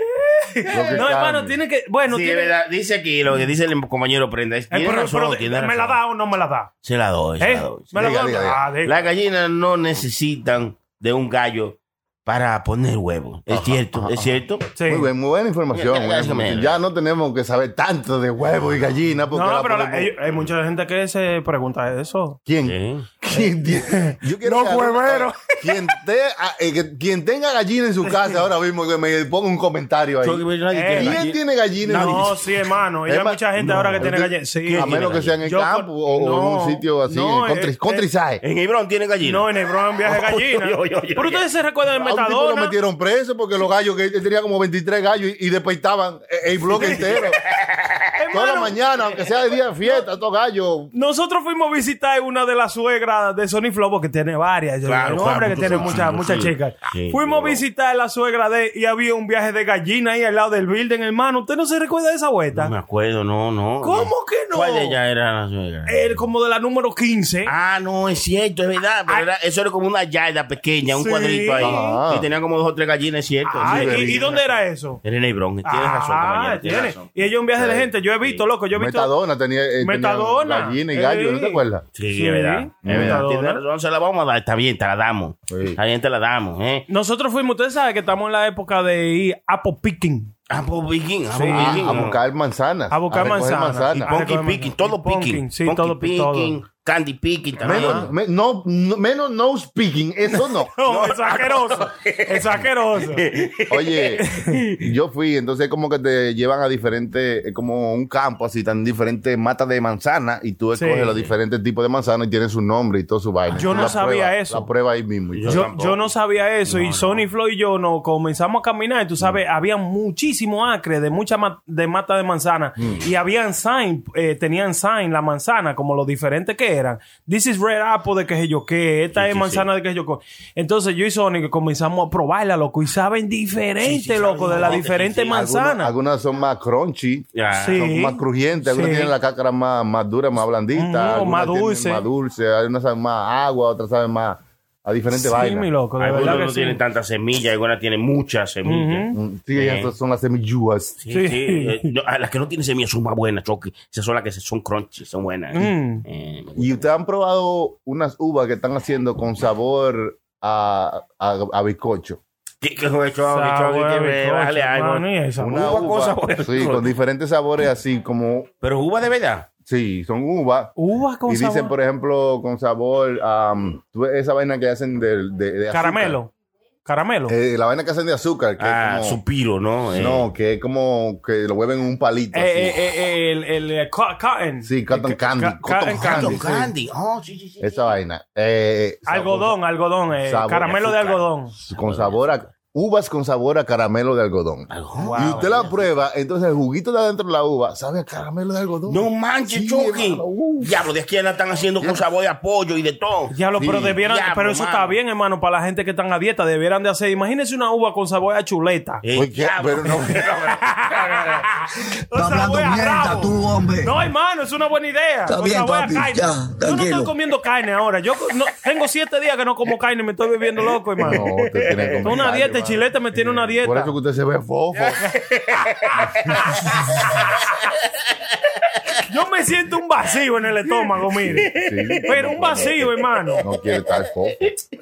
S4: que
S3: No, hermano,
S4: cambia.
S3: tiene que. Bueno,
S5: Sí, es
S3: tiene.
S5: verdad. Dice aquí lo que dice el compañero Prenda. es-
S3: Eh,
S5: tiene
S3: pero-
S5: razón,
S3: pero,
S5: tiene
S3: ¿Me la
S5: razón.
S3: da o no me la da?
S5: Se la doy, se
S3: ¿Eh?
S5: la doy.
S3: ¿Me la
S4: Diga,
S3: da?
S4: diga, diga.
S3: Ah, diga.
S5: Las gallinas no necesitan de un gallo para poner huevos. Es cierto, es cierto.
S3: Sí.
S4: Muy, bien, muy buena información.
S5: Ya, ya,
S4: buena
S5: ya,
S4: información.
S5: ya.
S4: Ya no tenemos que saber tanto de huevos y gallinas. Porque
S3: No,
S4: la
S3: pero la-
S4: podemos-
S3: hay, hay mucha gente que se pregunta eso.
S4: ¿Quién?
S5: Sí.
S4: ¿Quién tiene- Yo
S3: No,
S4: que alguien-
S3: huevero.
S4: Quien, te- a- eh, que- quien tenga gallina en su casa ahora mismo, que me ponga un comentario ahí.
S5: Yo creo que nadie tiene
S4: ¿Quién
S5: gallina.
S4: tiene gallina en su
S3: No, sí, hermano. Y hay
S4: Emma,
S3: mucha gente
S4: no,
S3: ahora que tiene
S4: usted-
S3: gallina. Sí.
S4: A menos que sea en el
S3: Yo con-
S4: campo o, o
S3: no,
S4: en un sitio así,
S3: no,
S4: en el country-
S3: eh,
S4: countryside.
S5: En Hebrón tiene gallina.
S3: No, en Hebrón viaje gallina.
S5: Yo, yo, yo,
S3: Pero
S5: yo.
S3: ustedes se recuerdan de
S4: a un tipo lo
S3: Metadona.
S4: metieron preso porque los gallos, que él tenía como 23 gallos y, y despeitaban el, el bloque entero. Toda la
S3: Hermano,
S4: mañana, aunque sea de día de fiesta, estos gallos.
S3: Nosotros fuimos a visitar una de las suegras de Sony Flow, porque tiene varias. Yo
S5: Claro,
S3: digo, no, hombre,
S5: claro,
S3: que tiene
S5: sí,
S3: muchas
S5: sí,
S3: muchas
S5: sí.
S3: chicas.
S5: Sí,
S3: fuimos
S5: claro.
S3: a visitar a la suegra de y había un viaje de gallina ahí al lado del building, hermano. ¿Usted no se recuerda de esa vuelta?
S5: No me acuerdo, no, no.
S3: ¿Cómo que no?
S5: ¿Cuál de ellas era la suegra?
S3: El como de la número 15.
S5: Ah, no, es cierto, es verdad. Pero era- eso era como una yarda pequeña, un
S3: Ah, Sí.
S5: cuadrito ahí.
S4: Ajá.
S5: Y tenía como dos o tres gallinas, es cierto.
S3: Ay,
S5: Sí,
S3: ¿y- ¿y,
S5: tiene
S3: dónde
S5: razón.
S3: era eso?
S5: Era en Hebrón. Tienes
S3: Ah,
S5: razón, compañero. Tienes
S3: tiene.
S5: razón.
S3: Y ella un viaje de
S4: Sí.
S3: gente. Yo he visto, loco, yo he visto.
S4: Metadona tenía, eh, tenía
S3: Metadona.
S4: gallina y gallo, ¿no te
S3: Eh.
S4: acuerdas?
S5: Sí,
S3: Sí.
S5: es verdad. Es
S3: Metadona.
S5: verdad. Tienes razón, se la vamos a dar. Está bien, te la damos.
S4: Sí.
S5: Está bien, te la damos, ¿eh?
S3: Nosotros fuimos, ustedes saben que estamos en la época de ir apple picking.
S5: Apple Viking, Apple
S3: Sí.
S4: Ah,
S5: Viking.
S4: a buscar manzanas.
S3: A buscar
S4: recoger
S3: manzanas.
S5: Y
S3: Ah,
S5: Punky
S3: recomiendo.
S5: Picking, todo
S3: Y punking,
S5: picking.
S3: sí,
S5: Punky
S3: todo pi- todo.
S5: picking, Candy picking también.
S4: Menos, me- no, no- menos no speaking, eso no.
S3: No,
S5: ah,
S3: es asqueroso. Es asqueroso.
S4: Oye, yo fui, entonces como que te llevan a diferentes, eh, como un campo así, tan diferentes matas de manzana y tú
S3: Sí.
S4: escoges los diferentes tipos de manzana y tienen su nombre y todo su vaina.
S3: Yo
S4: Tú
S3: no
S4: la
S3: sabía
S4: pruebas-
S3: eso.
S4: La prueba ahí mismo. y todo.
S3: Yo, yo no sabía eso y Sony Flo y yo no comenzamos a caminar y tú sabes, había muchísimo acre de mucha ma- de mata de manzana y habían sign, eh, tenían sign la manzana como los diferentes que eran. This is red apple de que sé yo qué, esta es manzana de que sé yo qué. Entonces yo y Sony que comenzamos a probarla, loco, y saben diferente, loco, de las diferentes
S4: Algunas-
S3: manzanas.
S4: Algunas son más crunchy,
S5: Ya.
S3: Sí.
S4: Ah, son más crujientes, algunas
S3: Sí.
S4: tienen la cáscara más, más dura, más blandita,
S3: Ujú, o más
S4: algunas tienen
S3: dulce.
S4: más dulce, algunas saben más agua, otras saben más a diferentes
S3: Sí,
S4: vainas.
S3: mi loco, de
S5: Algunas
S3: verdad
S5: no
S3: que sí.
S5: tienen tantas semillas, algunas tienen muchas semillas.
S3: Ujú.
S4: Mm, Sí, esas son las semillas.
S5: Sí,
S3: Sí.
S5: sí. Eh, no, a las que no tienen semillas son más buenas, Chucky. Esas son las que se- son crunchy, son buenas.
S3: Mm.
S5: Eh, me gusta.
S4: Y ustedes han probado unas uvas que están haciendo con sabor a, a, a bizcocho.
S5: ¿Qué- qué fue, Chucky? Chucky, que me-
S3: Sabe,
S5: bájale
S3: bizcocho,
S5: algo.
S3: hermano, y esa
S5: Una uva con sabor a
S4: Sí,
S5: bizcocho.
S4: con diferentes sabores así como,
S5: Pero uva de verdad.
S4: sí, son uvas.
S3: Uva con
S4: Y dicen,
S3: sabor-
S4: por ejemplo, con sabor, am, tú ves esa vaina que hacen de, de- de azúcar.
S3: caramelo. Caramelo.
S4: Eh, la vaina que hacen de azúcar. Que
S5: Ah,
S4: es como-
S5: suspiro, ¿no? Eh,
S4: No, que es como que lo hueven en un palito.
S3: Eh,
S4: así.
S3: eh, eh, eh, el, el, eh, co- cotton.
S4: Sí, cotton
S3: Eh,
S4: candy,
S3: ca-
S4: cotton
S3: cotton
S4: candy.
S5: Cotton
S4: sí.
S5: candy. Oh, sí, sí, sí.
S4: Esa vaina. Eh, sabor-
S3: Algodón, algodón, eh,
S4: Sabor.
S3: caramelo de
S5: Azúcar.
S3: algodón.
S4: Con sabor a. Uvas con sabor a caramelo de algodón.
S3: Ah,
S4: y usted la prueba, entonces el juguito de adentro de la uva sabe a caramelo de algodón.
S5: No manches,
S4: Sí,
S5: Chucky.
S4: hermano, uh.
S5: Diablo, de aquí la están haciendo con sabor de apoyo y de todo.
S3: Diablo,
S4: Sí,
S3: pero debieran,
S5: diablo,
S3: pero eso está
S5: mano.
S3: bien, hermano, para la gente que están a dieta, debieran de hacer. Imagínense una uva con sabor a chuleta.
S5: Eh,
S4: Oye,
S5: diablo.
S4: pero no.
S3: Con sabor
S8: hablando
S3: a
S8: mierda
S3: rabo.
S8: tú, hombre.
S3: No, hermano, es una buena idea.
S8: Está
S3: Con
S8: bien,
S3: sabor a
S8: papi,
S3: carne.
S8: ya,
S3: Yo no estoy
S8: tranquilo.
S3: comiendo carne ahora. Yo no- tengo siete días que no como carne, me estoy bebiendo loco, hermano.
S4: No, usted tiene que comer
S3: una
S4: carne,
S3: dieta,
S4: hermano.
S3: chileta me tiene una dieta.
S4: Por eso que usted se ve fofo.
S3: Yo me siento un vacío en el estómago, mire.
S4: Sí.
S3: Pero un vacío, hermano.
S4: No quiere estar fofo.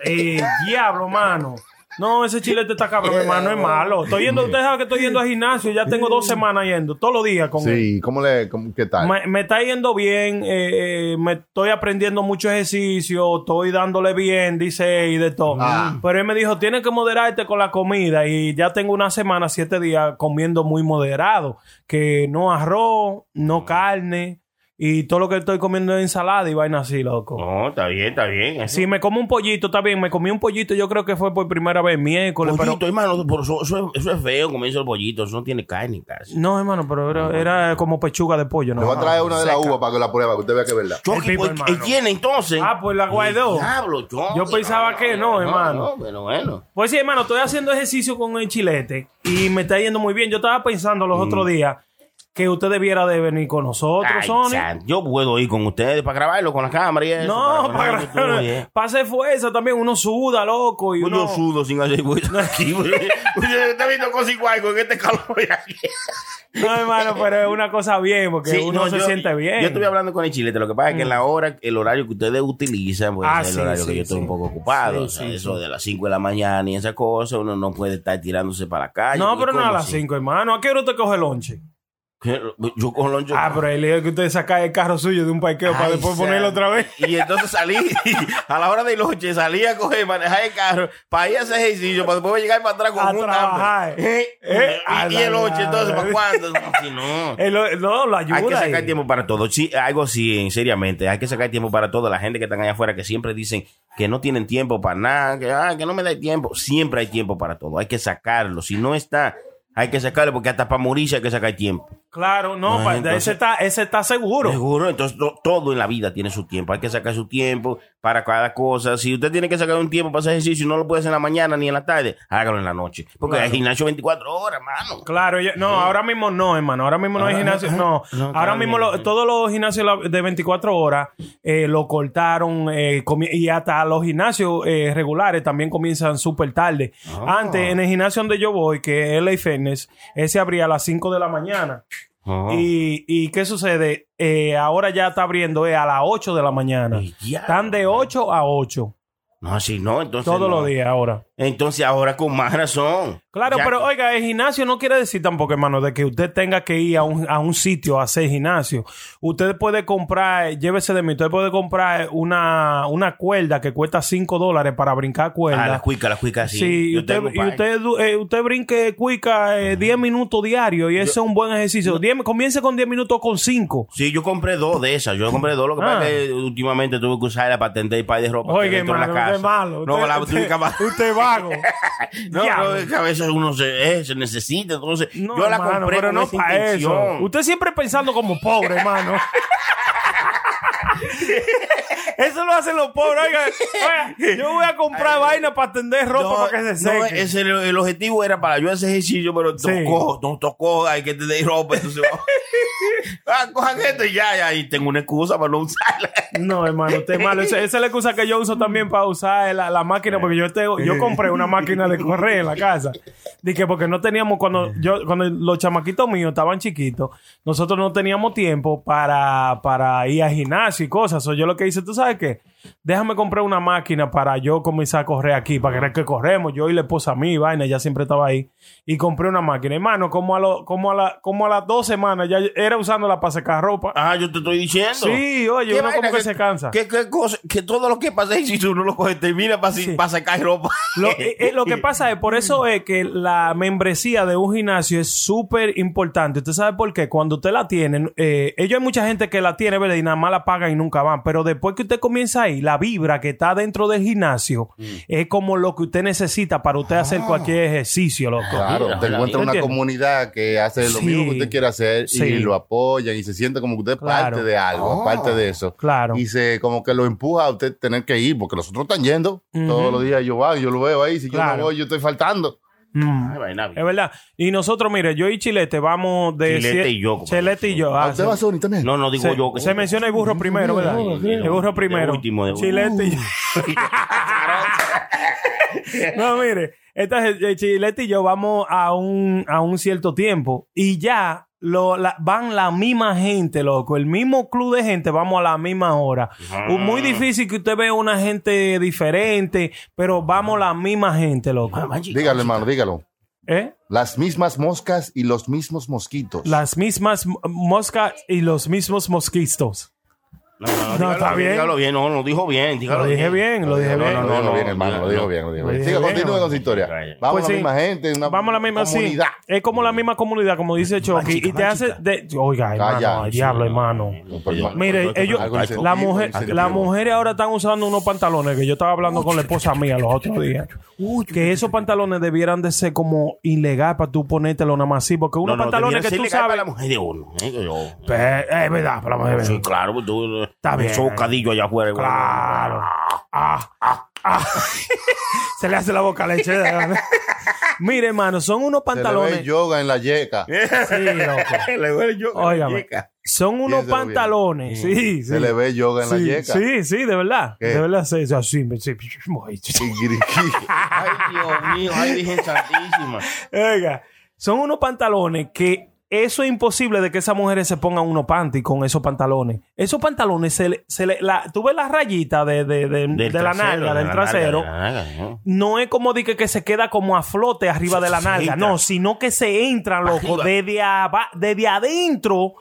S3: Eh, diablo, mano. No, ese chilete está
S4: Eh,
S3: cabrón, hermano, es malo. Estoy yendo, usted sabe que estoy yendo al gimnasio, ya tengo dos semanas yendo, todos los días con él.
S4: Sí, ¿cómo le, cómo- qué tal?
S3: Me, me está yendo bien, eh, eh, me estoy aprendiendo mucho ejercicio, estoy dándole bien, dice él, y de todo.
S4: Ah.
S3: Pero él me dijo, tienes que moderarte con la comida y ya tengo una semana, siete días comiendo muy moderado, que no arroz, no carne y todo lo que estoy comiendo es ensalada y vaina así, loco.
S5: No, está bien, está bien.
S3: Si me como un pollito, está bien. Me comí un pollito, yo creo que fue por primera vez miércoles.
S5: pollito,
S3: Pero...
S5: hermano, por eso, eso es, eso es feo como dice el pollito. Eso no tiene carne casi.
S3: No, hermano, pero era, era como pechuga de pollo, ¿no?
S4: Le voy a traer una de las uvas para que la prueba, que usted vea que es verdad.
S5: Chucky,
S3: El
S5: pues,
S3: pipo,
S5: ¿y
S3: hermano.
S5: quién entonces?
S3: Ah, pues la guardó.
S5: Diablo, Chucky,
S3: Yo pensaba que no, hermano.
S5: No, pero bueno.
S3: Pues sí, hermano, estoy haciendo ejercicio con el chilete y me está yendo muy bien. Yo estaba pensando los otros días que usted debiera de venir con nosotros,
S5: Ay,
S3: Sony.
S5: san, yo puedo ir con ustedes para grabarlo con la cámara y eso.
S3: No, para
S5: ponerlo en YouTube, eh.
S3: Pase fuerza también, uno suda, loco. Y
S5: Pues Yo
S3: uno...
S5: no sudo sin hacer hueso aquí. güey. Usted está viendo cosas igual con este calor aquí.
S3: No, hermano, pero es una cosa bien, porque
S5: Sí,
S3: uno
S5: no,
S3: se
S5: yo-
S3: siente bien. Mm.
S5: Yo estuve hablando con el chilete. Lo que pasa es que en la hora, el horario que ustedes utilizan, pues
S3: Ah,
S5: es el
S3: sí,
S5: horario
S3: sí,
S5: que yo estoy
S3: sí.
S5: un poco ocupado.
S3: Sí,
S5: o sea,
S3: sí,
S5: eso de las 5 de la mañana y esas cosas, uno no puede estar tirándose para la calle.
S3: No,
S5: porque
S3: pero no a
S5: ¿cómo
S3: las
S5: así?
S3: 5, hermano. ¿A qué hora te coge el lonche?
S5: Yo con loncho.
S3: Ah, pero el lío es que usted saca el carro suyo de un parqueo para
S5: Ay,
S3: después
S5: Sam.
S3: ponerlo otra vez.
S5: Y entonces salí, a la hora de noche, salí a coger, manejar el carro, para ir a hacer ejercicio, para después llegar para atrás con
S3: A
S5: un
S3: trabajar.
S5: hambre. Eh,
S3: Eh,
S5: y-
S3: a
S5: y,
S3: la
S5: el 8, entonces,
S3: madre.
S5: ¿para cuándo? Si no.
S3: El- no, lo ayuda.
S5: Hay que sacar
S3: eh.
S5: tiempo para todo. Sí, algo así, en- seriamente. Hay que sacar tiempo para todo. La gente que están allá afuera que siempre dicen que no tienen tiempo para nada, que, ah, que no me da tiempo. Siempre hay tiempo para todo. Hay que sacarlo. Si no está, hay que sacarlo porque hasta para morirse hay que sacar tiempo.
S3: Claro, no,
S5: Ay,
S3: pa-
S5: entonces-
S3: ese, está, ese está seguro.
S5: Seguro, entonces to- todo en la vida tiene su tiempo. Hay que sacar su tiempo para cada cosa. Si usted tiene que sacar un tiempo para hacer ejercicio y no lo puede hacer en la mañana ni en la tarde, hágalo en la noche. Porque hay gimnasio 24 horas, mano.
S3: Claro, yo- no, ahora mismo no, hermano. Ahora mismo no hay gimnasio. No,
S5: no,
S3: ahora
S5: claro,
S3: mismo lo-
S5: no.
S3: todos los gimnasios la- de 24 horas eh, lo cortaron eh, comi- y hasta los gimnasios eh, regulares también comienzan súper tarde.
S5: Ah.
S3: Antes, en el gimnasio donde yo voy, que es LA Fitness, ese abría a las 5 de la mañana.
S5: Ah.
S3: Y, y qué sucede? Eh, ahora ya está abriendo eh, a las 8 de la mañana.
S5: Y ya.
S3: Están de 8 a 8
S5: No, si no, entonces.
S3: todos
S5: no.
S3: los días ahora.
S5: Entonces ahora con más razón.
S3: Claro,
S5: Ya-
S3: pero oiga, el gimnasio no quiere decir tampoco, hermano, de que usted tenga que ir a un, a un sitio a hacer gimnasio. Usted puede comprar, llévese de mí, usted puede comprar una, una cuerda que cuesta 5 dólares para brincar cuerda.
S5: Ah, la cuica, la cuica, sí.
S3: Sí, y
S5: Yo
S3: usted,
S5: tengo
S3: y
S5: pa-
S3: usted, du- eh, usted brinque cuica eh, 10 minutos diarios y ese es un buen ejercicio. Diez- comience con 10 minutos con 5.
S5: Sí, yo compré dos de esas. Yo compré dos. Lo que
S3: Ah.
S5: pasa es que últimamente tuve que usarla para tender el par de ropa. que
S3: Oiga,
S5: dentro de la
S3: hermano, usted
S5: casa.
S3: es malo.
S5: No,
S3: usted,
S5: la
S3: usted-
S5: tuve que acabar.
S3: usted es vago.
S5: No,
S3: Diablo.
S5: no, es que a veces uno se, eh, se necesita. Entonces,
S3: No,
S5: yo la
S3: hermano,
S5: compré
S3: pero
S5: con
S3: no
S5: esa
S3: pa'
S5: intención.
S3: eso. Usted siempre pensando como pobre, hermano. Eso lo hacen los pobres. Oiga, oiga, yo voy a comprar vaina para tender ropa para que se
S5: no,
S3: seque.
S5: ese, el, el objetivo era para yo hacer ejercicio, pero
S3: Sí.
S5: tocó, no tocó, hay que tener ropa. Entonces, vamos. ah, cojan esto y ya, ya, y tengo una excusa para no usarla.
S3: No, hermano, usted es malo. Esa, esa es la excusa que yo uso también para usar la, la máquina, porque yo tengo, yo compré una máquina de correr en la casa. Dije, porque no teníamos, cuando yo, cuando los chamaquitos míos estaban chiquitos, nosotros no teníamos tiempo para, para ir al gimnasio y cosas. O yo lo que hice, ¿tú sabes qué? Déjame comprar una máquina para yo comenzar a correr aquí, para creer que corremos. Yo y la esposa mía, y vaina, ya siempre estaba ahí. Y compré una máquina. Hermano, como a, lo- como a, la, como a las dos semanas ya era usándola para secar ropa.
S5: Ah, yo te estoy diciendo.
S3: Sí, oye,
S5: ¿Qué
S3: uno
S5: vaina?
S3: como que se cansa.
S5: Que, que cosa, que todo lo que pasa si tú no lo coges, termina para
S3: Sí.
S5: sacar ropa.
S3: Lo, eh, eh, lo que pasa es, por eso es que la membresía de un gimnasio es súper importante. ¿Usted sabe por qué? Cuando usted la tiene, eh, ellos hay mucha gente que la tiene, ¿verdad? Y nada más la pagan y nunca van. Pero después que usted comienza ahí, la vibra que está dentro del gimnasio
S5: Mm.
S3: es como lo que usted necesita para usted hacer cualquier ejercicio, loco.
S4: Claro,
S5: Mira,
S4: te
S5: mira,
S4: encuentra
S3: mira.
S4: una comunidad que hace lo
S3: Sí.
S4: mismo que usted quiere hacer
S3: Sí.
S4: y lo apoyan y se siente como que usted es
S3: Claro.
S4: parte de algo, parte de eso.
S3: Claro.
S4: Y se como que lo empuja a usted tener que ir, porque los otros están yendo. Todos los días yo voy, yo lo veo ahí. Si yo
S3: Claro.
S4: no voy, yo estoy faltando.
S3: Mm.
S5: Ay, vaina,
S3: Es verdad. Y nosotros, mire, yo y Chilete vamos de...
S5: Chilete
S3: sie-
S5: y yo, compadre.
S3: Chilete y yo.
S4: ¿A
S3: Ah,
S4: usted
S3: sí.
S4: va Sony también?
S5: No, no digo
S3: se,
S5: yo. que-
S3: se menciona el burro primero, ¿verdad?
S5: sí, sí,
S3: el burro
S5: de
S3: primero.
S5: último, de
S3: Chilete y yo. no, mire, esta, eh, Chilete y yo vamos a un, a un cierto tiempo y ya lo, la- van la misma gente, loco. El mismo club de gente, vamos a la misma hora.
S5: Ah.
S3: Uh, Muy difícil que usted vea una gente diferente, pero vamos la misma gente, loco.
S4: Dígalo, hermano, dígalo.
S3: ¿Eh?
S4: Las mismas moscas y los mismos mosquitos.
S3: Las mismas m- moscas y los mismos mosquitos.
S5: No, no, no,
S3: No,
S5: dígalo,
S3: está bien.
S5: Dígalo bien, no, lo dijo bien. Dígalo
S3: Lo dije bien, lo dije
S5: no,
S3: bien.
S4: no, no,
S5: no,
S4: bien,
S5: no,
S4: hermano,
S5: no,
S4: lo dijo
S5: no.
S4: bien, lo dijo
S3: Lo
S4: bien.
S3: dije
S4: Siga,
S3: bien,
S4: continúe con su historia. Vamos
S3: Pues
S4: a la
S3: sí.
S4: misma gente, una
S3: Vamos a la misma, sí.
S4: comunidad.
S3: Es como la misma comunidad, como dice Chucky. y te hace. de- Oiga, hermano,
S4: Calla.
S3: ay, diablo, hermano. Mire, ellos,
S4: algo incentivo,
S3: la mujer,
S4: incentivo.
S3: las mujeres ahora están usando unos pantalones que yo estaba hablando con la esposa mía los otros días. Que esos pantalones debieran de ser como ilegal para tú ponértelo nada más así, porque unos
S5: No, no,
S3: pantalones que
S5: debería ser
S3: tú
S5: legal para
S3: sabes.
S5: la mujer de uno. ¿eh? Yo-
S3: Pe- Es verdad, para la mujer.
S5: Sí, claro, pues tú. Está
S3: bien.
S5: Socadillo allá afuera. igual.
S3: Claro. Ah, ah, ah. Se le hace la boca leche. Mire, hermano, son unos
S4: Se le ve
S3: pantalones.
S4: yoga en la yeca.
S3: Sí, loco.
S5: Le duele yo.
S3: Óigame, son unos
S4: Piénselo bien.
S3: pantalones. Sí, sí.
S4: Mm. Se le ve yoga en la
S3: sí,
S4: yeca.
S3: sí, sí, de verdad.
S4: ¿Qué?
S3: De verdad, sí, sí, así, sí, sí.
S4: Chiquiriquí.
S5: Ay, Dios mío, ay, Virgen Santísima.
S3: Oiga, son unos pantalones que eso es imposible de que esas mujeres se pongan unos panty con esos pantalones. Esos pantalones, se le, se le- la, tú ves la rayita de, de, de-
S5: Del
S3: de la
S5: trasero,
S3: nalga,
S5: de
S3: del
S5: la
S3: trasero.
S5: nalga, de la nalga, ¿no?
S3: No es como de que, que se queda como a flote arriba de la
S5: Se
S3: nalga,
S5: entra.
S3: no, sino que se entra, loco,
S5: Arriba.
S3: desde, aba- desde adentro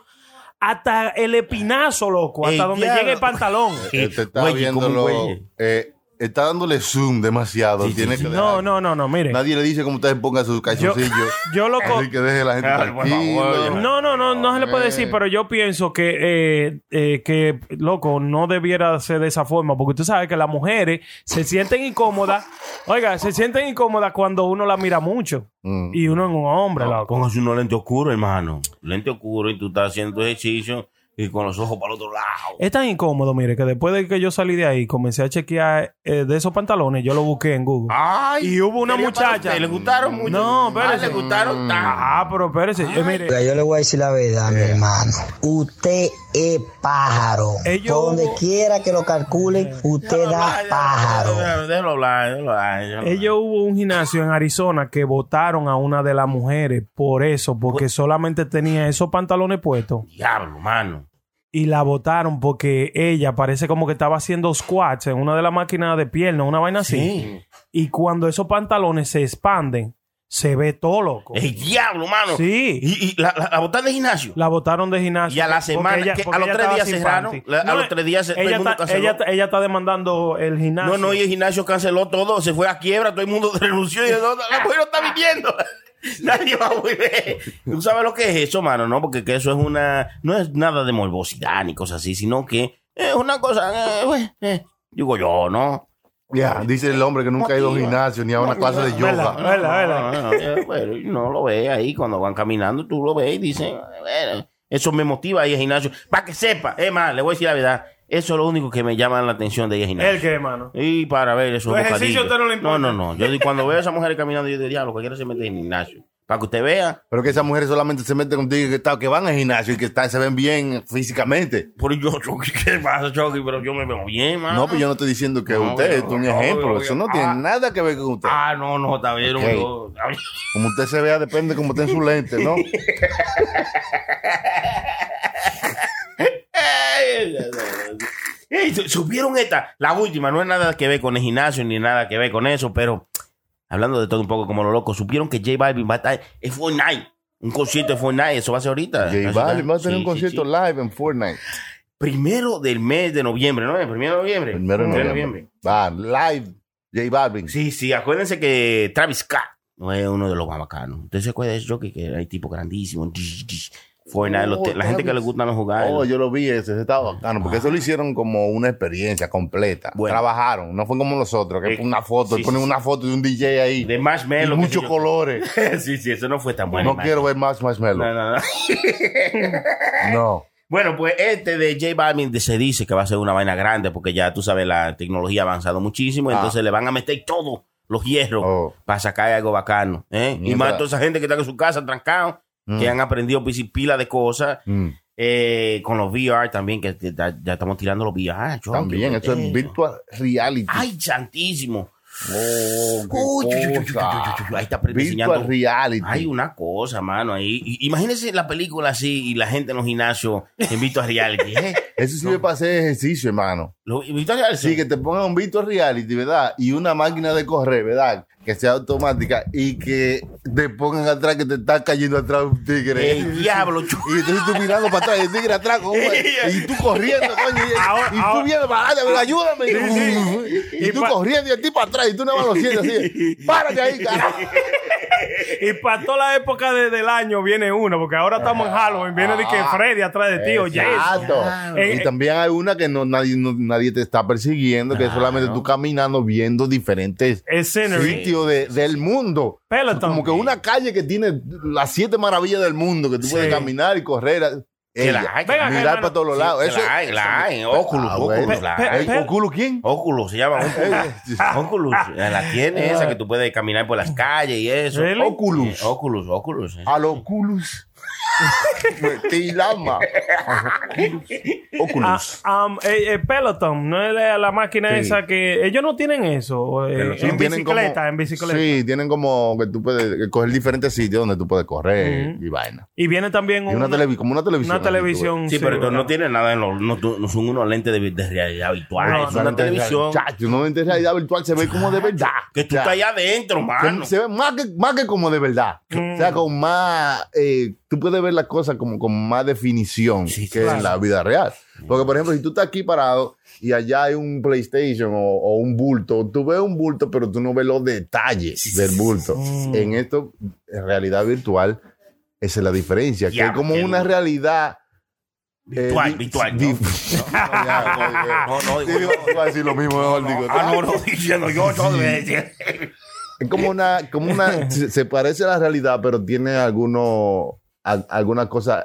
S3: hasta el espinazo, loco, hasta
S5: Ey,
S3: donde
S5: diablo.
S3: llega el pantalón.
S4: Este está
S5: Güey, ¿cómo
S4: viéndolo.
S5: güey?
S4: eh, está dándole zoom demasiado.
S5: Sí, sí,
S4: Tiene
S5: sí.
S4: que
S3: No,
S4: dejar.
S3: no, no, no, mire.
S4: Nadie le dice cómo usted ponga sus calzoncillos.
S3: Yo lo co-
S4: Así que deje la gente
S5: Ay, por favor,
S4: tranquila.
S5: ya.
S3: No, no, no, no se le puede
S4: Eh.
S3: decir, pero yo pienso que, eh, eh, que, loco, no debiera ser de esa forma, porque tú sabes que las mujeres se sienten incómodas, oiga, se sienten incómodas cuando uno la mira mucho
S4: Mm.
S3: y uno es un hombre, loco.
S5: Póngase unos lente oscuro, hermano. Lente oscuro y tú estás haciendo ejercicio y con los ojos para el otro lado.
S3: Es tan incómodo, mire, que después de que yo salí de ahí, comencé a chequear eh, de esos pantalones, yo lo busqué en Google.
S5: Ay,
S3: Y hubo una
S5: sería para
S3: muchacha-
S5: usted, Le gustaron mucho.
S3: No,
S5: pero
S3: espérese.
S5: le gustaron. Ah,
S3: Ah, pero espérese, eh, mire.
S9: Pero yo le voy a decir la verdad, mi hermano. Usted es pájaro.
S3: Ellos-
S9: Por Donde quiera que lo calculen, usted da pájaro.
S5: Déjalo hablar, déjalo hablar. déjalo hablar.
S3: Ellos Eh, hubo un gimnasio en Arizona que votaron a una de las mujeres por eso, porque solamente tenía esos pantalones puestos.
S5: Diablo, mano.
S3: y la votaron porque ella parece como que estaba haciendo squats en una de las máquinas de pierna, una vaina así. Y cuando esos pantalones se expanden, se ve todo loco.
S5: El diablo, mano.
S3: Sí.
S5: Y, y la, la, la botada de gimnasio.
S3: La votaron de gimnasio.
S5: Y a la
S3: porque
S5: semana, que
S3: porque
S5: a los tres
S3: estaba
S5: días
S3: sin
S5: cerraron,
S3: panty.
S5: la- a los tres días se- todo el
S3: ella,
S5: mundo
S3: está,
S5: canceló.
S3: ella, está- ella está demandando el gimnasio.
S5: No, no, y el gimnasio canceló todo, se fue a quiebra, todo el mundo renunció y no, la mujer no está viviendo. Nadie va a volver. ¿Tú sabes lo que es eso, mano? No, porque que eso es una. No es nada de morbosidad ni cosas así, sino que es una cosa. eh, bueno, eh, digo yo, ¿no?
S4: Ya, dice el hombre que nunca ha ido a un
S5: Motiva.
S4: gimnasio ni a una clase de
S3: Vela,
S4: yoga.
S3: vela, vela.
S5: No, no, no, eh, bueno, y no lo ve ahí cuando van caminando, tú lo ves y dices, bueno, eso me motiva a ir al gimnasio. Para que sepa, es más, le voy a decir la verdad, eso es lo único que me llama la atención de ir al gimnasio.
S3: ¿El qué, hermano?
S5: Y para ver esos
S3: Tu ejercicio
S5: bocadillos.
S3: a usted no le importa.
S5: No, no, no. Yo di- cuando veo a esa mujer caminando, yo digo, diablo, cualquiera se mete en el gimnasio. Para que usted vea.
S4: Pero que esas mujeres solamente se meten contigo que, está- que van al gimnasio y que están- se ven bien físicamente.
S5: Por yo, Chucky, ¿qué pasa, Chucky? Pero yo me veo bien, mano.
S4: No, pues yo no estoy diciendo que
S5: No,
S4: usted
S5: yo-
S4: es un
S5: Ah, no,
S4: ejemplo.
S5: yo-
S4: Eso no
S5: ah.
S4: tiene nada que ver con usted.
S5: Ah, no, no, está bien. no,
S4: Ok.
S5: yo- está bien.
S4: Como usted se vea, depende como esté en su lente, ¿no?
S5: Ey, su- supieron esta, la última, no es nada que ver con el gimnasio ni nada que ver con eso, pero hablando de todo un poco como lo loco, supieron que J Balvin va a estar en Fortnite, un concierto de Fortnite, eso va a ser ahorita.
S4: J Balvin va a tener un concierto live en Fortnite.
S5: Primero del mes de noviembre, ¿no? Primero de noviembre.
S4: Primero de
S5: Primero
S4: noviembre. Va, live. J Balvin.
S5: Sí, sí, acuérdense que Travis Scott no es uno de los más bacanos. Usted se acuerda de eso, que, que hay tipo grandísimo. Fortnite, los te- la gente que le gusta no jugar.
S4: Oh, yo lo vi ese, ese estaba bacano, porque eso lo hicieron como una experiencia completa.
S5: Ah. Bueno.
S4: Trabajaron, no fue como nosotros, que
S5: Eh,
S4: fue una foto,
S5: sí,
S4: y ponen
S5: sí,
S4: una foto de un DJ ahí,
S5: de
S4: y
S5: Marshmallow. qué sé
S4: muchos
S5: yo.
S4: colores.
S5: sí, sí, eso no fue tan bueno.
S4: no quiero ver más marshmallow.
S5: No,
S4: No.
S5: no, no. Bueno, pues este de J Balvin de- se dice que va a ser una vaina grande porque ya tú sabes, la tecnología ha avanzado muchísimo,
S4: Ah.
S5: entonces le van a meter todos los hierros
S4: Oh.
S5: para sacar algo bacano. ¿eh? Y
S4: Mierda.
S5: más toda esa gente que está en su casa trancado,
S4: Mm.
S5: que han aprendido pis- pila de cosas.
S4: Mm.
S5: eh, con los VR también, que que ya, ya estamos tirando los Ah, VR. yo,
S4: También,
S5: ¿qué
S4: eso es virtual reality.
S5: Eh, ¡Ay, santísimo!
S4: Oh, qué
S5: Uy, uy, uy, uy, uy,
S4: cosa.
S5: uy, uy, ahí está
S4: Virtual
S5: enseñando
S4: reality.
S5: hay una cosa, mano. Ahí. Y- Imagínense la película así y la gente en los gimnasios en Virtual Reality. ¿eh?
S4: Eso sirve para hacer ejercicio, hermano.
S5: Lo- Virtual Reality.
S4: Sí, que te pongan un virtual reality, ¿verdad? Y una máquina de correr, ¿verdad? Que sea automática y que te pongan atrás que te está cayendo atrás un tigre.
S5: El diablo, chu-
S4: Y entonces tú mirando para atrás, y el tigre atrás, con un- y tú corriendo, coño, y,
S3: Ahora-
S4: y tú
S3: ahora-
S4: viendo para adelante, pero ayúdame. Y,
S3: Y
S4: tú
S3: pa-
S4: corriendo y el tipo atrás, y tú nada más lo sientes así, párate ahí, carajo.
S3: Y para toda la época de- del año viene uno, porque ahora estamos
S5: Ah.
S3: en Halloween, viene de que Freddy atrás de ti, oye.
S4: Exacto.
S3: Eh,
S4: Y
S3: eh.
S4: también hay una que no, nadie, no- nadie te está persiguiendo, que es solamente tú caminando viendo diferentes
S3: Es scenery.
S4: sitios de- del mundo.
S3: Peloton.
S4: Como que una calle que tiene las siete maravillas del mundo, que tú puedes caminar y correr.
S5: Que la
S4: Ella,
S5: hay, que
S3: Venga,
S4: mirar
S3: hermano.
S4: para todos los
S5: Sí,
S4: lados.
S5: que
S4: Eso,
S5: la hay, la hay. Oculus,
S4: Ah,
S5: Oculus,
S4: bueno.
S5: la
S3: Pe-
S5: hay.
S3: pe-
S4: ¿El culo quién?
S5: Oculus se llama
S4: Eh,
S5: Oculus. Oculus. eh, La
S4: Ah.
S5: tiene esa que tú puedes caminar por las calles y eso.
S3: Really?
S5: Oculus. Oculus, Oculus. eh.
S4: A los culus. Pues, Tilama.
S3: Ah,
S4: Oculus.
S3: am, eh, eh, Peloton, no es la, la máquina
S4: Sí.
S3: esa que ellos no tienen eso eh,
S4: Pero sí
S3: en
S4: tienen
S3: bicicleta,
S4: como-
S3: en bicicleta.
S4: Sí, tienen como que tú puedes coger diferentes sitios donde tú puedes correr
S3: Ujú.
S4: y vaina.
S3: Y viene también
S4: Y una, televi- como una televisión.
S3: una
S4: así, tú ves.
S3: televisión. Mm.
S5: Sí, pero esto no
S3: ¿verdad?
S5: tiene nada en los. No, no son unos lentes de, de realidad virtual.
S3: No,
S5: es
S3: no,
S5: una
S3: no,
S5: televisión.
S4: Chacho, una lente de realidad virtual se ve como de verdad.
S5: Que tú
S4: O sea,
S5: estás allá adentro, mano.
S4: se, se ve más que, más que como de verdad. O sea, con más. eh, tú puedes ver las cosas como con más definición que en la vida real. Porque, por ejemplo, si tú estás aquí parado y allá hay un PlayStation o, o un bulto, tú ves un bulto, pero tú no ves los detalles del bulto. En esto, en realidad virtual, esa es la diferencia. que
S5: Ya,
S4: es como
S5: qué
S4: una
S5: duro.
S4: realidad. eh,
S5: Virtual,
S4: di-
S5: virtual,
S4: di-
S5: ¿no?
S4: No, ya,
S5: Ah, No, no,
S4: no,
S5: digo
S4: digo, iba a decir lo mismo, mejor digo.
S5: Ah, no, no, diciendo yo, yo decía.
S4: Es como una, como una, se se parece a la realidad, pero tiene algunos, al- algunas cosas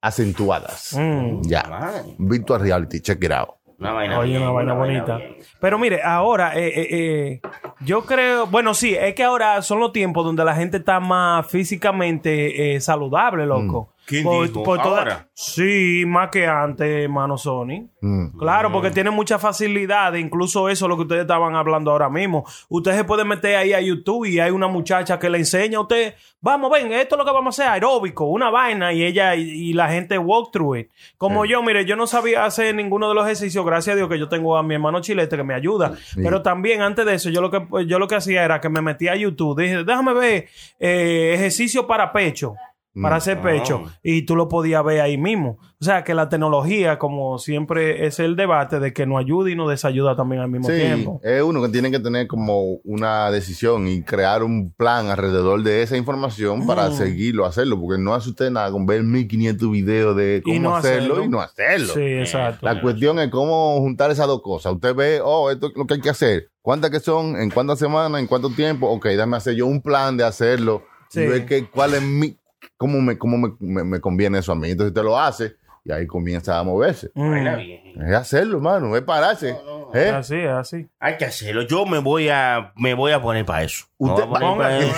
S4: acentuadas.
S3: Mm.
S4: Ya. Virtual reality, check it out.
S5: Una vaina.
S3: Oye,
S5: bien,
S3: una vaina bonita.
S5: bien.
S3: Pero mire, ahora, eh, eh, eh, yo creo, bueno, sí, es que ahora son los tiempos donde la gente está más físicamente eh, saludable, loco.
S5: Mm. ¿Quién dijo?
S3: toda-
S5: Ahora.
S3: Sí, más que antes, hermano Sony.
S4: Mm.
S3: Claro, porque tiene mucha facilidad, incluso eso lo que ustedes estaban hablando ahora mismo. Usted se puede meter ahí a YouTube y hay una muchacha que le enseña a usted, vamos, ven, esto es lo que vamos a hacer, aeróbico, una vaina, y ella y, y la gente walk through it. Como yo, mire, yo no sabía hacer ninguno de los ejercicios, gracias a Dios que yo tengo a mi hermano Chilete que me ayuda. Pero también antes de eso, yo lo que yo lo que hacía era que me metía a YouTube, dije, déjame ver eh, ejercicio para pecho
S4: Mm.
S3: para hacer pecho
S4: Ah.
S3: y tú lo podías ver ahí mismo. O sea que la tecnología, como siempre, es el debate de que nos ayuda y nos desayuda también al mismo
S4: Sí,
S3: tiempo.
S4: es uno que tiene que tener como una decisión y crear un plan alrededor de esa información
S3: Mm.
S4: para seguirlo, hacerlo, porque no hace usted nada con ver 1500 videos de
S3: Y
S4: cómo
S3: no
S4: hacerlo,
S3: hacerlo.
S4: y no hacerlo.
S3: Sí,
S5: Eh,
S3: exacto.
S4: La cuestión es cómo juntar esas dos cosas. Usted ve, oh, esto es lo que hay que hacer. ¿Cuántas que son? ¿En cuántas semanas? ¿En cuánto tiempo? Ok, dame hacer yo un plan de hacerlo.
S3: Sí.
S4: Y ver que, cuál es mi... ¿Cómo, me, cómo me, me- me conviene eso a mí? Entonces usted lo hace y ahí comienza a moverse.
S3: Mm.
S4: Es hacerlo, mano. Es pararse. ¿Eh?
S3: Así, así.
S5: Hay que hacerlo. Yo me voy a, me voy a poner para eso. Me
S4: Usted
S5: voy a poner
S3: va-
S5: para eso.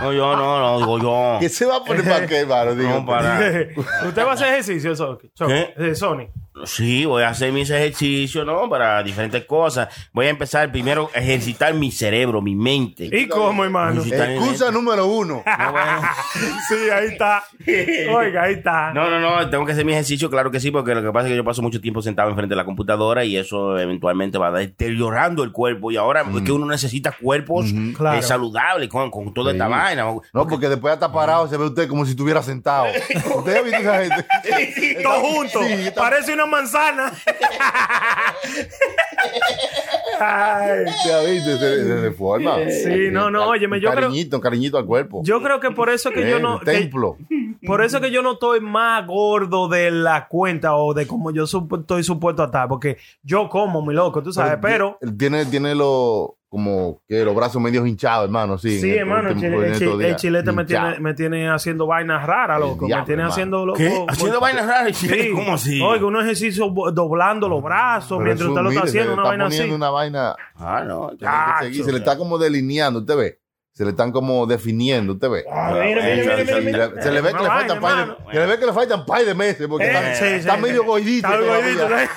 S5: No, yo no, no, digo yo.
S4: ¿Qué se va a poner para qué, hermano? Digo, eh,
S5: No, para.
S3: Usted va a hacer ejercicio, so- so-
S5: ¿Qué?
S3: eh, Sony.
S5: Sí, voy a hacer mis ejercicios, ¿no? Para diferentes cosas. Voy a empezar primero a ejercitar mi cerebro, mi mente.
S3: ¿Y cómo, hermano?
S5: Sí.
S4: Excusa número uno.
S5: No, voy a-
S3: Sí, ahí está. Oiga, ahí está.
S5: no, no, no, tengo que hacer mi ejercicio, claro que sí, porque lo que pasa es que yo paso mucho tiempo sentado enfrente de la computadora y eso eventualmente va deteriorando el cuerpo. Y ahora es que uno necesita cuerpos eh,
S3: Claro.
S5: saludables con, con toda esta
S4: Sí.
S5: vaina.
S4: No, porque después hasta parado se ve usted como si estuviera sentado. ¿Usted ha visto esa gente?
S3: Todo junto.
S4: Sí, está-
S3: Parece una manzana. Ay.
S4: ¿Usted ha visto? Se, se deforma.
S3: Sí, no, no,
S4: Cal-
S3: óyeme, yo
S4: Eh,
S3: creo-
S4: cariñito, cariñito al cuerpo.
S3: Yo creo que por eso que yo
S4: Eh,
S3: no.
S4: el
S3: que-
S4: templo.
S3: Por eso que yo no estoy más gordo de la cuenta o de como yo sup- estoy supuesto a estar, porque yo como, mi loco, tú sabes, pero...
S4: Él tiene, tiene los como que los brazos medios hinchados, hermano. Sí,
S3: Sí,
S4: en el-
S3: hermano, el,
S4: en
S3: chile- el
S4: estos
S3: chi- el
S4: días.
S3: chilete me
S4: Hinchado.
S3: tiene, me tiene haciendo vainas raras, loco. me
S4: diablo,
S3: tiene
S4: hermano.
S3: haciendo loco.
S5: ¿Qué? Haciendo
S3: voy-
S5: vainas raras.
S3: Sí.
S5: ¿Cómo así?
S3: Oiga, un ejercicio bo- doblando los brazos
S4: Pero
S3: mientras
S4: eso,
S3: usted lo está
S4: mire, se le
S3: haciendo, una vaina
S4: poniendo
S3: así.
S4: una vaina.
S5: Ah, no.
S4: tiene que seguir, se le está como delineando, usted ve. Se le están como definiendo, usted ve.
S3: Ah, mira, mira, mira, mira,
S4: Sí,
S3: mira.
S4: le- Se le ve que le
S3: Ay,
S4: faltan par
S3: hermano.
S4: de- se le ve que le faltan par de meses porque
S3: Eh,
S4: está,
S3: sí, sí,
S4: está
S3: sí.
S4: medio gordito.
S3: Está
S4: todavía.
S3: gordito, ¿eh? ¿sabes?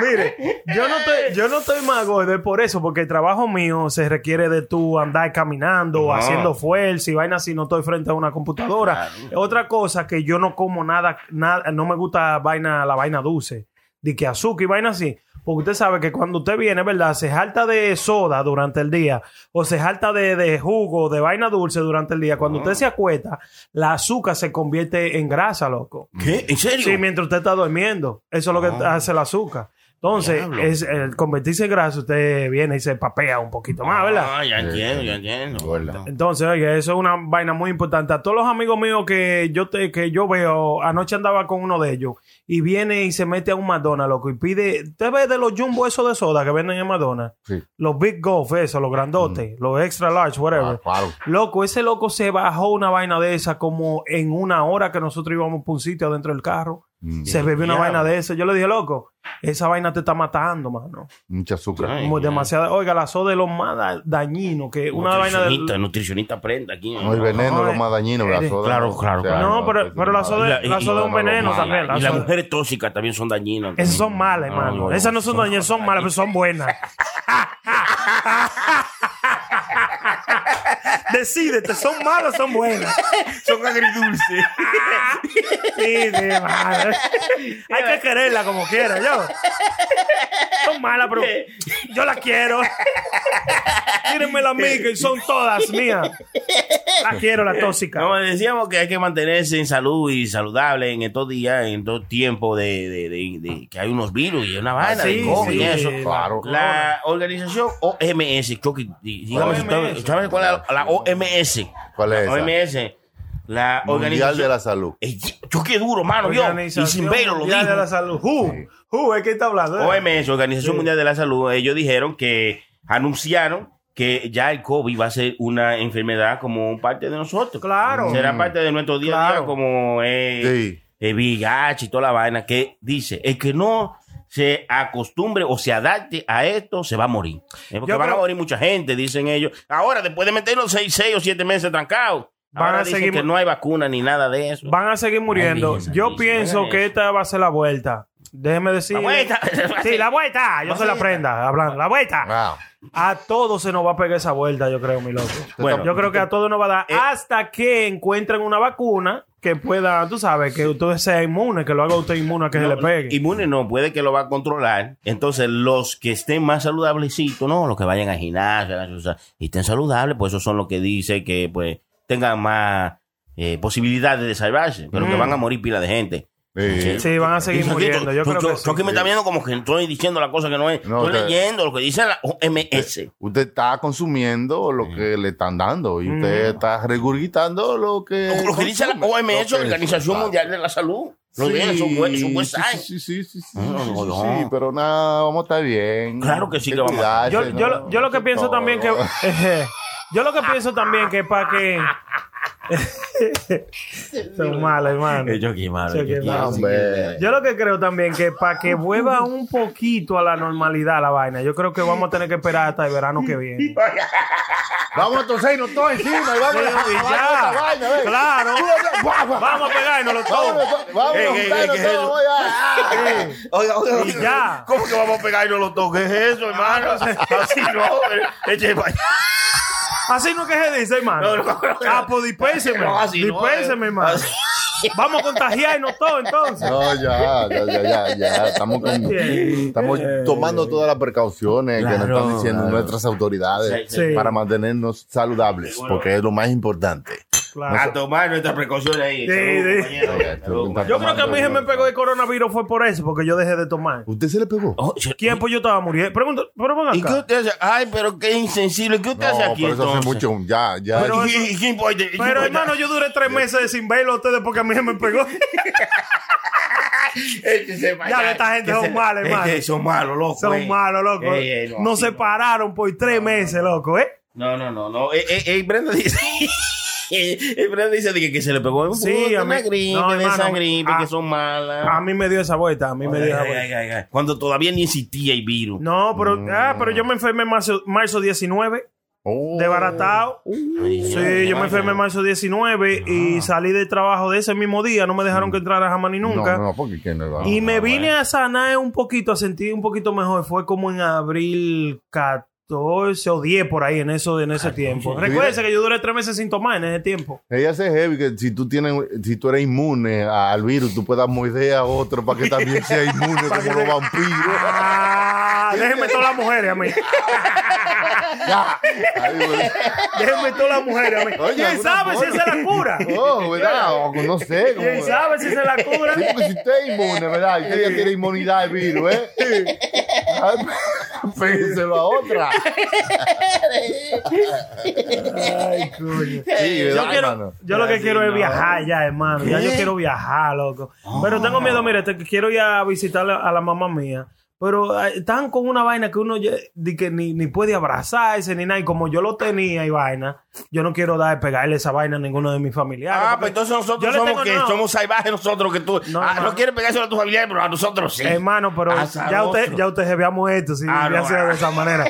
S3: Mire, yo no, estoy, yo no estoy más gordo es por eso, porque el trabajo mío se requiere de tú andar caminando, haciendo fuerza y vaina si no estoy frente a una computadora. Otra cosa que yo no como nada, nada no me gusta vaina, la vaina dulce, de que azúcar y vaina así. Porque usted sabe que cuando usted viene, ¿verdad? Se jalta de soda durante el día o se jalta de, de jugo, de vaina dulce durante el día. Cuando usted se acuesta, la azúcar se convierte en grasa, loco.
S5: ¿Qué? ¿En serio?
S3: Sí, mientras usted está durmiendo. Eso es lo que hace el azúcar. Entonces, es, el convertirse en grasa, usted viene y se papea un poquito más, ¿verdad?
S5: Ah, ya entiendo, ya entiendo.
S4: Gorda.
S3: Entonces, oye, eso es una vaina muy importante. A todos los amigos míos que yo te, que yo veo, anoche andaba con uno de ellos y viene y se mete a un Madonna, loco, y pide, ¿usted ve de los jumbo esos de soda que venden en Madonna?
S4: Sí.
S3: Los Big Golf, esos, los grandotes, los extra large,
S4: Ah,
S3: whatever.
S4: claro.
S3: Loco, ese loco se bajó una vaina de esa como en una hora que nosotros íbamos por un sitio adentro del carro. Se bebió una
S5: Diablo.
S3: vaina de esa. Yo le dije, loco, esa vaina te está matando, mano.
S4: Mucha azúcar.
S5: Ay,
S3: Como
S5: ya.
S3: demasiada. Oiga, la soda es lo más da- dañino que una vaina
S5: nutricionista,
S3: de.
S5: nutricionista prenda aquí.
S4: No, el veneno
S3: No,
S4: es lo más dañino, la
S3: eres-
S4: soda.
S5: claro,
S4: no,
S5: claro, claro.
S3: No, pero- pero la soda-
S5: Y la- y-
S3: soda es un
S5: no, no,
S3: veneno
S5: no,
S3: también, la
S5: Y las
S3: soda.
S5: mujeres tóxicas también son dañinas.
S3: Esas son malas,
S5: No,
S3: hermano.
S5: Ah, no,
S3: Esas no son
S5: son-
S3: dañinas, son malas, pero son buenas. Decídete, son malas, o son buenas.
S5: son agridulces.
S3: Sí, sí, madre. Hay que quererla como quiera, yo. Son malas, pero yo las quiero. Tírenmela a mí, que son todas mías. Las quiero, la tóxica.
S5: Como decíamos que hay que mantenerse en salud y saludable en estos días, en estos tiempos de, de- de- de- que hay unos virus y una vaina
S3: Ah, sí,
S5: de COVID
S3: sí,
S5: y eso.
S4: claro.
S5: La organización OMS, Chucky, di- dígame si usted-
S3: OMS.
S5: ¿sabe cuál es la, la OMS?
S4: ¿Cuál es esa?
S5: OMS. La
S4: Mundial
S5: organización
S4: de la salud.
S5: Ey, yo qué duro, mano, yo. Y
S3: Organización
S5: sin verlo lo
S3: Mundial
S5: dijo.
S3: de la salud. Who? Who es que está hablando? eh?
S5: OMS, Organización
S3: Sí.
S5: Mundial de la Salud, ellos dijeron que anunciaron que ya el COVID va a ser una enfermedad como parte de nosotros.
S3: Claro. Mm.
S5: Será parte de nuestro día a
S3: Claro.
S5: día como eh,
S4: Sí.
S5: el VIH y toda la vaina que dice, el que no se acostumbre o se adapte a esto, se va a morir. Eh, Porque
S3: Yo
S5: van a
S3: creo-
S5: morir mucha gente, dicen ellos. Ahora, después de meternos seis, seis o siete meses trancados,
S3: Van
S5: Ahora
S3: a
S5: dicen
S3: seguir-
S5: que no hay vacuna ni nada de eso.
S3: Van a seguir muriendo.
S5: Ay, Dios,
S3: Yo
S5: Dios,
S3: pienso
S5: Dios.
S3: que esta va a ser la vuelta. Déjeme decir.
S5: La vuelta.
S3: Sí, la vuelta. Yo
S5: Va a
S3: se la
S5: ser-
S3: prenda. Hablando. La vuelta.
S4: Wow.
S3: A todos se nos va a pegar esa vuelta, yo creo, mi loco.
S5: Bueno.
S3: yo creo que a todos nos va a dar
S5: Eh,
S3: hasta que encuentren una vacuna que pueda, tú sabes, que usted sea inmune, que lo haga usted inmune a que se le pegue.
S5: Inmune no, puede que lo va a controlar. Entonces, los que estén más saludablecito, no, los que vayan a gimnasio, hagan sus- y estén saludables, pues esos son los que dice que pues tengan más eh, posibilidades de salvarse, pero que van a morir pila de gente.
S4: Sí.
S3: Sí, van a seguir
S5: Eso,
S3: Mm. muriendo. Yo
S5: tú-
S3: creo
S5: tú-
S3: que
S5: tú
S3: sí.
S5: aquí me está viendo como que estoy diciendo la cosa que no es.
S4: No, eh,
S5: estoy
S4: te-
S5: leyendo lo que dice la OMS.
S4: Usted está consumiendo lo que le están dando y usted está regurgitando lo que.
S5: Mm. Lo- lo que dice la
S4: consume.
S5: OMS,
S4: Lo que-
S5: Organización Mundial de la Salud. Lo ven en su web- su website.
S4: eh, Sí, sí, sí, sí, sí, sí,
S5: Ah, No, no,
S4: sí,
S5: no.
S4: sí, pero nada, vamos a estar bien.
S5: Claro que sí
S4: Hay
S5: que vamos a
S3: yo,
S4: cuidarse,
S3: yo,
S4: ¿no?
S3: lo- yo lo que
S4: Eso
S3: pienso
S4: todo.
S3: también que yo lo que pienso también que para que son malos hermano Yo qué
S4: Ah,
S3: malo.
S4: hombre.
S3: yo lo que creo también que para que vuelva un poquito a la normalidad la vaina yo creo que vamos a tener que esperar hasta el verano que viene
S4: Vamos entonces y nos todos encima y vamos a
S3: Sí,
S4: vamos
S3: ya.
S4: a esta vaina, ve.
S3: Claro.
S4: Guau, guau.
S3: vamos a pegárnoslo
S4: Vámonos,
S3: todo
S4: vámonos,
S5: Ey, ey,
S4: juntarnos
S5: ey,
S4: todos,
S5: ey.
S4: voy a- ah,
S7: Oiga, oiga,
S3: y
S7: oiga.
S3: ya
S5: ¿Cómo que vamos a pegar y no lo toques eso, hermano? Así no. Eche pa' allá.
S3: así no que se dice hermano
S5: No, no, no, no.
S3: ah pues dispénseme
S5: No, así no,
S3: dispénseme
S5: eh.
S3: hermano
S5: Así.
S3: vamos a contagiarnos todos entonces
S4: No, ya, ya, ya, ya, ya. Estamos, con- estamos tomando todas las precauciones que nos están diciendo nuestras autoridades
S3: Sí, sí.
S4: para mantenernos saludables, porque es lo más importante.
S3: Claro.
S5: A tomar nuestras precauciones ahí.
S3: Sí,
S5: Salud,
S3: sí.
S5: compañero. Salud, compañero.
S3: Yo creo que a mí se me pegó el coronavirus fue por eso, porque yo dejé de tomar.
S4: ¿Usted se le pegó?
S5: Oh, sí.
S3: ¿Quién? Pues yo estaba muriendo. Pregunta, pero ven
S5: ¿Y qué
S3: acá.
S5: usted hace? Ay, pero qué insensible. ¿Qué usted hace
S4: No,
S5: aquí
S4: pero eso hace
S5: entonces?
S4: mucho. Ya, ya.
S3: Pero-
S5: ¿Y- y- y qué importa? ¿Y qué
S3: Pero
S5: importa?
S3: hermano, yo duré tres meses sin verlo a ustedes porque a mí se me pegó.
S5: Échese pa'
S3: Ya,
S5: allá.
S3: esta gente
S5: Que
S3: son
S5: Este se-
S3: mala, hermano.
S5: Eh, Son malos, loco. eh.
S3: Son malos, loco.
S5: Ey, ey, no,
S3: Nos
S5: así no.
S3: separaron por tres meses, loco, ¿eh?
S5: No, no, no, no. Eh, eh, eh, Brenda dice. eh, Brenda dice de que, que se le pegó un
S3: Sí,
S5: poco
S3: a
S5: una
S3: mí-
S5: gripe,
S3: no,
S5: de esa
S3: hermano,
S5: gripe,
S3: a-
S5: que son malas.
S3: A mí me dio esa vuelta, a mí me
S5: Ay,
S3: dio esa
S5: ay,
S3: vuelta.
S5: ay, ay, ay. Cuando todavía ni existía el virus.
S3: No, pero,
S4: Mm.
S3: ah, pero yo me enfermé en marzo, marzo 19,
S4: Oh.
S3: desbaratado.
S5: Ay,
S3: Sí,
S5: ay,
S3: yo me
S5: ay,
S3: enfermé en
S5: ay.
S3: marzo 19 y salí del trabajo de ese mismo día. No me dejaron que entrara jamás ni nunca.
S4: Ah. Mm. No, no, porque ¿quién le va?
S3: Y me vine a sanar un poquito, a sentir un poquito mejor. Fue como en abril 14 o 10 por ahí, en eso, en ese tiempo. Recuérdense que yo duré tres meses sin tomar en ese tiempo.
S4: Ella hace heavy que si tú tienes, si tú eres inmune al virus, tú puedes dar moidea a otro para que también sea inmune como los vampiros.
S3: Ah, déjenme todas las mujeres a mí.
S4: Ya. Ahí, güey.
S3: Déjenme todas las mujeres a mí.
S4: Oye,
S3: ¿Quién
S4: alguna
S3: sabe si
S4: forma.
S3: esa es la cura?
S4: Oh, ¿verdad? O no sé. como-
S3: ¿Quién sabe si esa es la cura?
S4: Sí, porque si usted es inmune, ¿verdad? Y usted ya tiene inmunidad al virus, ¿eh? Ay, Pégueselo a otra.
S3: Ay, coño.
S4: Sí,
S3: Yo,
S4: ¿verdad,
S3: quiero-
S4: hermano?
S3: yo lo que quiero es viajar ya, hermano. Ya yo quiero viajar, loco. Pero tengo miedo, mire, te, quiero ir a visitar a la mamá mía. Pero eh, están con una vaina que uno ya- di que ni, ni puede abrazarse ni nada. Y como yo lo tenía y vaina, yo no quiero dar pegarle esa vaina a ninguno de mis familiares.
S5: Ah, pues
S3: porque-
S5: entonces
S3: Yo
S5: nosotros
S3: le
S5: somos
S3: tengo-
S5: que
S3: no.
S5: somos salvajes nosotros que tú.
S3: No,
S5: ah,
S3: no.
S5: no quieres pegárselo a tus familiares, pero a nosotros sí.
S3: Hermano, pero
S5: Ah,
S3: ya
S5: sabroso.
S3: usted, ya usted se vea muerto si
S5: Ah,
S3: hubiera
S5: no,
S3: sido
S5: ah.
S3: de esa manera.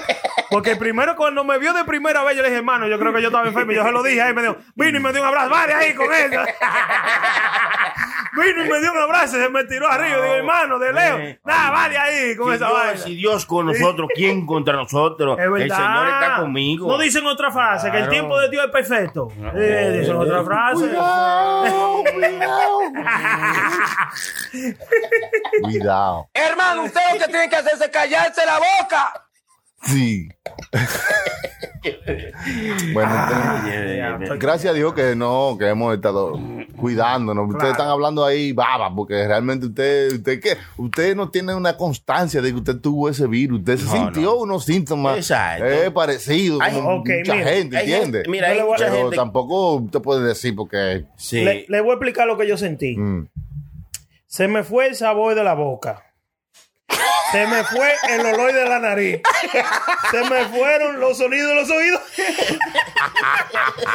S3: Porque primero, cuando me vio de primera vez, yo le dije, hermano, yo creo que yo estaba enfermo. Y Yo se lo dije, ahí me dio, vino y me dio un abrazo, vale ahí con eso. vino y me dio un abrazo, se me tiró arriba. Digo, hermano, de lejos,
S5: Eh.
S3: nada, vale ahí con
S5: Si
S3: esa
S5: Dios-
S3: vaina.
S5: si Dios con nosotros, ¿quién contra nosotros?
S3: Es verdad.
S5: El Señor está conmigo.
S3: No dicen otra frase, que el
S5: Claro.
S3: tiempo de Dios es perfecto. Eh, dicen otra frase.
S4: Cuidado, cuidado. Cuidado.
S6: Hermano, usted lo que tiene que hacer es callarse la boca.
S4: Sí. bueno,
S5: Eh, eh, eh,
S4: entonces, gracias a Dios que no, que hemos estado cuidándonos. Ustedes están hablando ahí baba, porque realmente usted, usted qué, usted no tiene una constancia de que usted tuvo ese virus. Usted se
S5: No,
S4: sintió unos síntomas
S5: Exacto.
S4: eh, parecidos
S5: Ay,
S4: como
S3: ok,
S4: mucha
S3: mira,
S4: gente,
S5: hay gente-
S4: ¿entiende?
S5: mira, hay
S4: Pero
S5: mucha gente-
S4: tampoco usted puede decir porque
S5: sí.
S3: Le, le voy a explicar lo que yo sentí.
S4: mm,
S3: Se me fue el sabor de la boca. Se me fue el olor de la nariz. Se me fueron los sonidos de los oídos.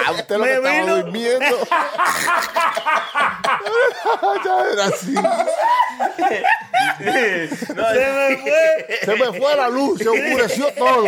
S4: Ah, usted lo
S3: Me
S4: que estaba
S3: vino-
S4: durmiendo. ya era así.
S5: No,
S4: Se me fue la luz, se oscureció todo.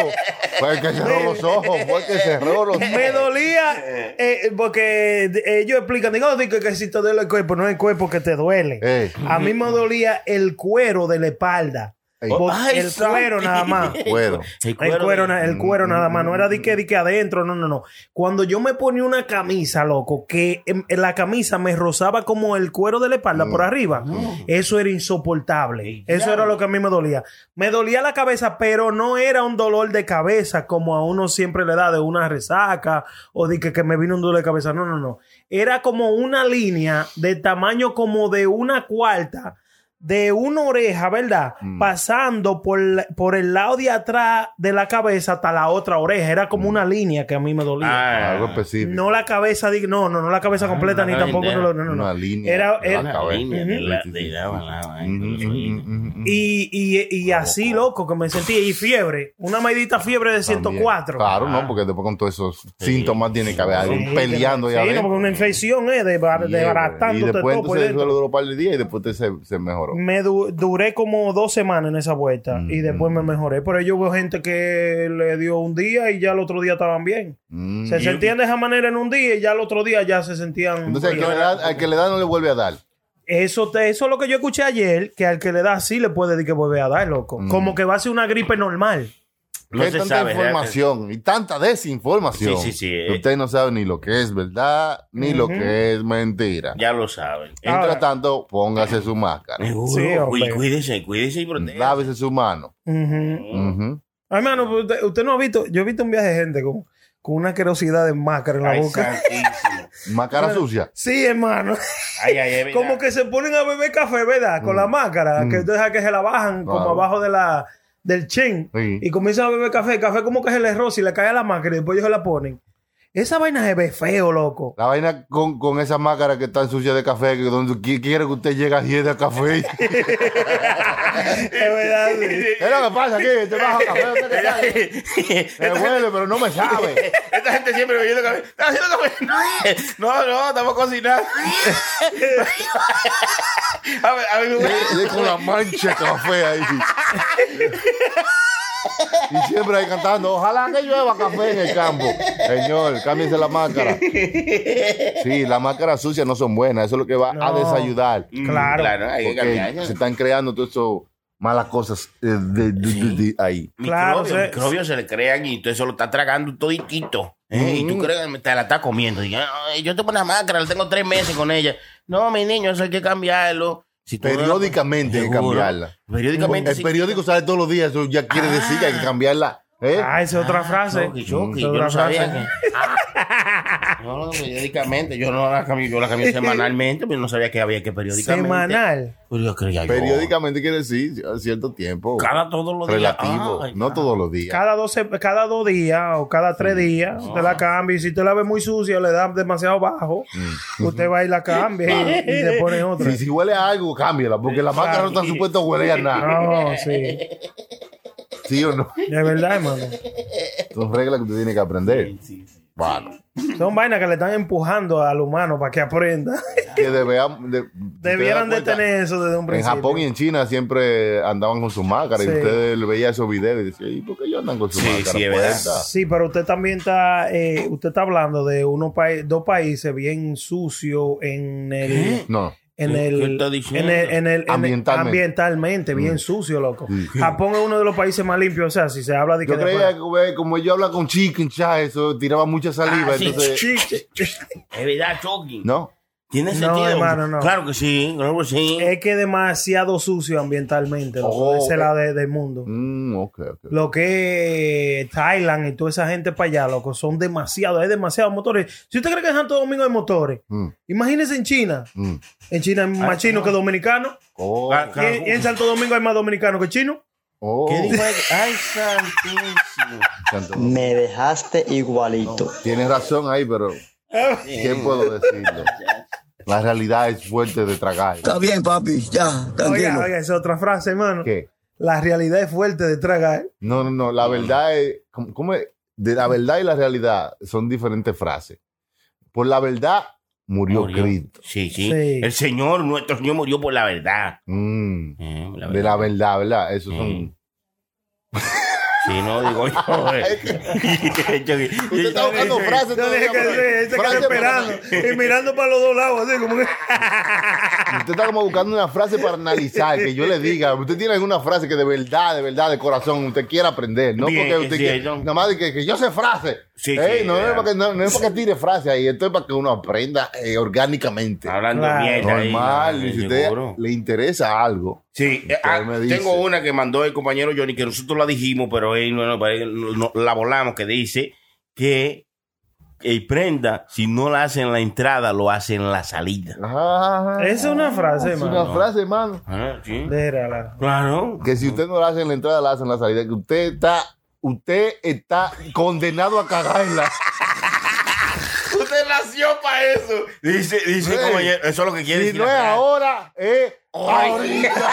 S4: Fue el que cerró los ojos, fue el que cerró los ojos.
S3: Me dolía eh, porque de- ellos explican, digo, digo que si te duele el cuerpo, no es el cuerpo que te duele.
S4: Eh.
S3: A mí me dolía el cuero de la espalda.
S4: Ey.
S3: Por-
S5: Ay,
S3: el cuero
S5: Santi.
S3: nada más.
S4: Puedo.
S5: el
S3: El cuero, na- el cuero nada más, no era de que, de que adentro, no, no, no. Cuando yo me ponía una camisa, loco, que em, la camisa me rozaba como el cuero de la espalda por arriba, eso era insoportable. Eso era lo que a mí me dolía. Me dolía la cabeza, pero no era un dolor de cabeza como a uno siempre le da de una resaca o de que, que me vino un dolor de cabeza. No, no, no. Era como una línea de tamaño como de una cuarta de una oreja, ¿verdad?
S4: Mm.
S3: Pasando por, la- por el lado de atrás de la cabeza hasta la otra oreja. Era
S4: Mm.
S3: como una línea que a mí me dolía.
S5: Ah,
S4: Algo específico.
S3: no la cabeza, dig- no, no, no la
S4: Ah,
S3: cabeza completa, ni
S5: no,
S3: tampoco.
S5: idea.
S3: No, no, no.
S4: Una línea.
S3: Era,
S4: de la
S3: era-
S4: cabeza.
S5: línea de la- de la-
S4: Mm, mm, mm, mm.
S3: y, y, y así, loco, que me sentía. Y fiebre, una medita fiebre de
S4: También.
S3: 104.
S4: Claro,
S5: Ah.
S4: no, porque después con todos esos síntomas tiene que haber alguien
S3: Sí,
S4: peleando
S3: sí,
S4: ahí
S3: no,
S4: adentro.
S3: porque una infección, ¿eh? De, bar-
S4: Mierda. Y
S3: desbaratándote
S4: después
S3: todo por
S4: entonces eso
S3: dentro. Mm.
S4: lo duró un par de días y después usted se, se mejoró.
S3: Me du- duré como dos semanas en esa vuelta y
S4: Mm-hmm.
S3: después me mejoré. Pero yo veo gente que le dio un día y ya el otro día estaban bien.
S4: Mm.
S3: Se sentían de esa manera en un día y ya el otro día ya se sentían.
S4: Entonces al que,
S3: bien.
S4: le da, al que le da no le vuelve a dar.
S3: eso, te- eso es lo que yo escuché ayer: que al que le da sí le puede decir que vuelve a dar, loco.
S4: Mm-hmm.
S3: Como que va a ser una gripe normal.
S5: No
S4: Hay
S5: se
S4: tanta
S5: sabe,
S4: información y tanta desinformación.
S5: Sí, sí, sí,
S4: que
S5: eh.
S4: Usted no sabe ni lo que es verdad ni lo que es mentira.
S5: Ya lo saben.
S4: Mientras
S3: Ahora-
S4: tanto, póngase su máscara.
S3: Sí,
S5: Seguro.
S3: hombre.
S5: Cuí- Cuídense, cuídense y protejan.
S4: Lávese su mano.
S3: Ujú.
S5: Oh.
S4: Ujú.
S3: Hermano, pero pues, usted, usted no ha visto. Yo he visto un viaje de gente con, con una asquerosidad de máscara en la
S5: Ay,
S3: boca.
S5: santísimo.
S4: Máscara sucia.
S3: Sí, hermano.
S5: Ay, ay, ay,
S3: Como
S5: mira.
S3: que se ponen a beber café, ¿verdad? Con la máscara, que entonces a que se la bajan como
S4: Mm. Claro.
S3: abajo de la del chin
S4: Sí.
S3: y comienzan a beber café. El café como que se les roza y le cae a la máscara y después ellos se la ponen. Esa vaina se ve feo, loco.
S4: La vaina con, con esa máscara que está sucia de café, que donde qui- quiere que usted llegue a 10 de café.
S3: Es verdad. sí.
S4: ¿Qué es lo que pasa aquí? Te bajo café, ¿usted qué sabe? Me huele, pero no me sabe.
S5: Esta gente siempre bebiendo café. ¿Estás haciendo café? No, no, estamos cocinando. a ver, a ver,
S4: Y es con la mancha de café ahí. Y siempre ahí cantando, ojalá que llueva café en el campo. Señor, cámbiense la máscara. Sí, las máscaras sucias no son buenas. Eso es lo que va a
S3: No.
S4: desayudar.
S3: Claro.
S5: hay que
S4: Porque
S5: cambiar.
S4: se están creando todas esas malas cosas eh, de- de- de- de- ahí.
S3: Claro,
S5: Microbios,
S3: se-
S5: microbios se le crean y todo eso lo está tragando toditito. ¿eh? Y tú
S4: Mm.
S5: crees que te la está comiendo. Y, "Ay, yo tengo una máscara, la tengo tres meses con ella. No, mi niño, eso hay que cambiarlo. Si tú no la-
S4: Periódicamente hay que
S5: Seguro.
S4: cambiarla.
S5: Periódicamente.
S3: Eh,
S4: El
S5: sí. Ah.
S4: periódico sale todos los días, eso ya quiere decir que hay que cambiarla. ¿eh?
S3: Ah, esa es otra frase.
S5: Choque, choque,
S3: Esa es
S5: Yo
S3: otra
S5: no sabía
S3: frase.
S5: que. Ah. No, periódicamente. Yo no la cambié, yo la cambié semanalmente, pero no sabía que había que periódicamente.
S3: Semanal.
S5: Pues yo creía yo.
S4: Periódicamente quiere decir a cierto tiempo.
S5: Cada todos los
S4: relativo,
S5: días. Ay, ah.
S4: no todos los días.
S3: Cada, 12, cada dos días o cada tres
S5: Ah.
S3: días, usted la cambia. Y si usted la ve muy sucia o le da demasiado bajo,
S4: Mm.
S3: usted va y la cambia y, y le pone otra.
S4: Si, si huele a algo, cámbiala, porque la máscara no está supuesta a huele a nada.
S3: No, sí.
S4: ¿Sí o no?
S3: De verdad, hermano.
S4: Son reglas que usted tiene que aprender. Bueno,
S3: Son vainas que le están empujando al humano para que aprenda.
S4: que debeam- de- ¿te
S3: Debieran
S4: das
S3: de
S4: cuenta?
S3: tener eso desde un
S4: En
S3: principio.
S4: Japón y en China siempre andaban con su máscara
S3: Sí.
S4: y ustedes le veían esos videos y decían, ¿y por qué ellos andan con su
S5: Sí,
S4: máscara?
S5: sí, es verdad.
S4: puesta?"
S3: Sí, pero usted también está, eh, usted está hablando de unos países, dos países bien sucios en el,
S4: No.
S3: en
S5: ¿Qué-
S3: el,
S5: qué está diciendo?
S3: en el, en el- en el-
S4: Ambientalmente. Mm.
S3: ambientalmente, bien sucio, loco. Japón es uno de los países más limpios, o sea, si se habla de que
S4: Yo creía que güey, como yo hablaba con chicken cha, eso tiraba mucha saliva,
S5: Ah, sí,
S4: entonces
S3: Sí,
S5: Es verdad, Chucky.
S4: no.
S5: ¿Tiene
S3: No,
S5: sentido?
S3: hermano, no.
S5: Claro que sí, claro que sí.
S3: es que demasiado sucio ambientalmente, loco.
S4: Oh,
S3: Esa es la de- del mundo.
S4: Mm, ok, ok.
S3: lo que es Thailand y toda esa gente para allá, loco, son demasiados, hay demasiados motores. Si usted cree que en Santo Domingo hay motores,
S4: Mm,
S3: imagínese en China.
S4: mm.
S3: En China hay más chinos que dominicanos.
S4: Oh,
S5: Claro,
S3: Y en, y en Santo Domingo hay más dominicanos que chinos.
S4: oh.
S5: Ah. ¿Qué dijo él? Ay, santísimo.
S4: Santo.
S9: Me dejaste igualito.
S4: Tienes razón ahí, pero
S5: Eh.
S4: ¿qué puedo decirle? La realidad es fuerte de tragar.
S8: Está bien, papi, ya,
S3: Oiga,
S8: tranquilo.
S3: oiga, esa es otra frase, hermano.
S4: ¿Qué?
S3: La realidad es fuerte ¿eh? de tragar.
S4: No, no, no. La verdad es. ¿cómo, cómo es? De la verdad y la realidad son diferentes frases. Por la verdad, murió, Cristo.
S5: Sí, sí,
S3: Sí.
S5: El Señor, nuestro Señor, murió por la verdad.
S4: Mm,
S5: Eh, por la
S4: de la verdad, ¿verdad? Eso
S5: Mm.
S4: son.
S5: Sí, no, digo yo. eh. Yo-
S4: Usted está buscando frases.
S3: Yo dije
S4: todavía,
S3: que sí,
S4: pero-
S3: él se
S4: frases
S3: quedó
S4: para-
S3: esperando y mirando para los dos lados, así como que.
S4: Usted está como buscando una frase para analizar, que yo le diga. Usted tiene alguna frase que de verdad, de verdad, de corazón, usted quiere aprender. No
S5: Bien,
S4: porque
S5: que
S4: usted
S5: sí,
S4: quiera.
S5: yo-
S4: Nada más de que, que yo sé frase.
S5: Sí,
S4: Ey,
S5: sí,
S4: no, es
S5: claro.
S4: para que, no, no es para que tire frase ahí, esto es para que uno aprenda eh, orgánicamente.
S5: Hablando
S3: Claro.
S5: bien.
S4: Normal, y si usted le interesa algo.
S5: eh, Sí, eh, ah,
S4: me dice.
S5: tengo una que mandó el compañero Johnny, que nosotros la dijimos, pero él no, no, parece que no- no- la volamos, que dice que el prenda, si no la hacen en la entrada, lo hacen en la salida.
S4: Ah,
S3: Esa es una frase,
S4: es una
S3: mano.
S4: frase, hermano.
S5: Ah, sí.
S3: Mírala.
S5: Claro.
S4: Que si usted no la hace en la entrada, la hace en la salida. Que usted está, usted está condenado a cagarla.
S5: Usted nació para eso. Dice, dice,
S4: Sí.
S5: compañero, eso es lo que quiere
S4: Si
S5: decir
S4: no es
S5: la verdad.
S4: ahora, es
S5: Ay.
S4: ahorita.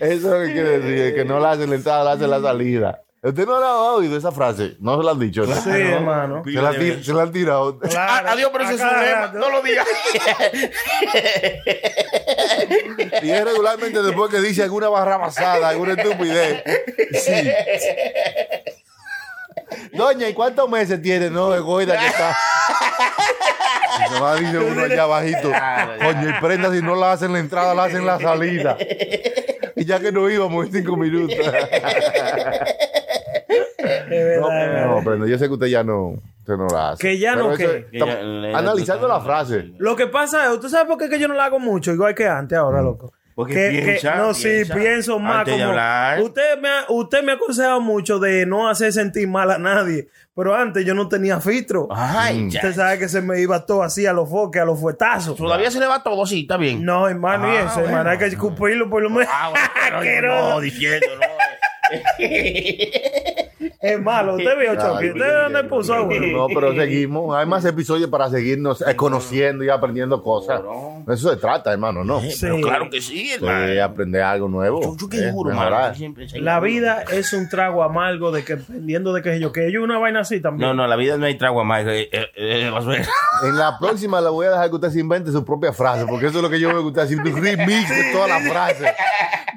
S4: Eso es lo que quiere decir, es que no la hacen la entrada, la hacen la salida. Usted no la ha oído esa frase, no se la han dicho. ¿no?
S3: Pues Sí, hermano.
S4: Se, la, ti- se la han tirado.
S3: Claro.
S5: Ah, Adiós, pero ese es
S3: A
S5: su
S3: cada
S5: lema.
S3: rato.
S5: No lo digas.
S4: Y es regularmente después que dice alguna barra basada, alguna estupidez. Sí. Doña, ¿y cuántos meses tiene? No, es gorda que está. Y nomás dice uno allá abajito. Coño, y prenda, si no la hacen la entrada, la hacen la salida. Y ya que no íbamos en cinco minutos.
S3: Es verdad, es
S4: No,
S3: verdad.
S4: no, prenda, yo sé que usted ya no, usted no la hace.
S3: Que ya no,
S4: Pero eso
S3: ¿qué?
S4: es-
S5: Que ya le-
S4: analizando la frase.
S3: Lo que pasa es, ¿tú sabes por qué que yo no la hago mucho? Igual que antes, ahora, loco.
S5: Mm. Porque
S3: que,
S5: piensa,
S3: que- no, sí,
S5: piensa.
S3: pienso más
S5: Antes de
S3: como-
S5: hablar.
S3: Usted me, ha, usted me ha aconsejado mucho de no hacer sentir mal a nadie, pero antes yo no tenía filtro.
S5: Ay, Ah, ya.
S3: Usted sabe que se me iba todo así a los foques, a los fuetazos.
S5: Todavía se le va todo, sí, está bien.
S3: No, hermano, y
S5: Ah,
S3: eso, hermano, hay que cumplirlo por lo menos.
S5: Ah, bueno, pero yo
S3: Asqueroso.
S5: no, diciendo,
S3: Es malo, usted vio, Chapi,
S4: Ay,
S3: usted dónde puso agua.
S4: No, pero seguimos. Hay más episodios para seguirnos eh, conociendo y aprendiendo cosas. Eso se trata, hermano, ¿no?
S5: no.
S3: Sí.
S5: Pero claro que sí, hermano.
S4: Eh, aprender algo nuevo.
S5: Yo, yo qué
S4: eh,
S5: duro, mano,
S4: mejorar.
S5: yo siempre soy
S3: La
S5: duro.
S3: vida es un trago amargo de que dependiendo de qué sé yo, que yo una vaina así también.
S5: No, no, la vida no hay trago más. eh, eh, eh, la suegra.
S4: En la próxima le voy a dejar que usted se invente su propia frase, porque eso es lo que yo veo que usted hace. Un remix de todas las frases.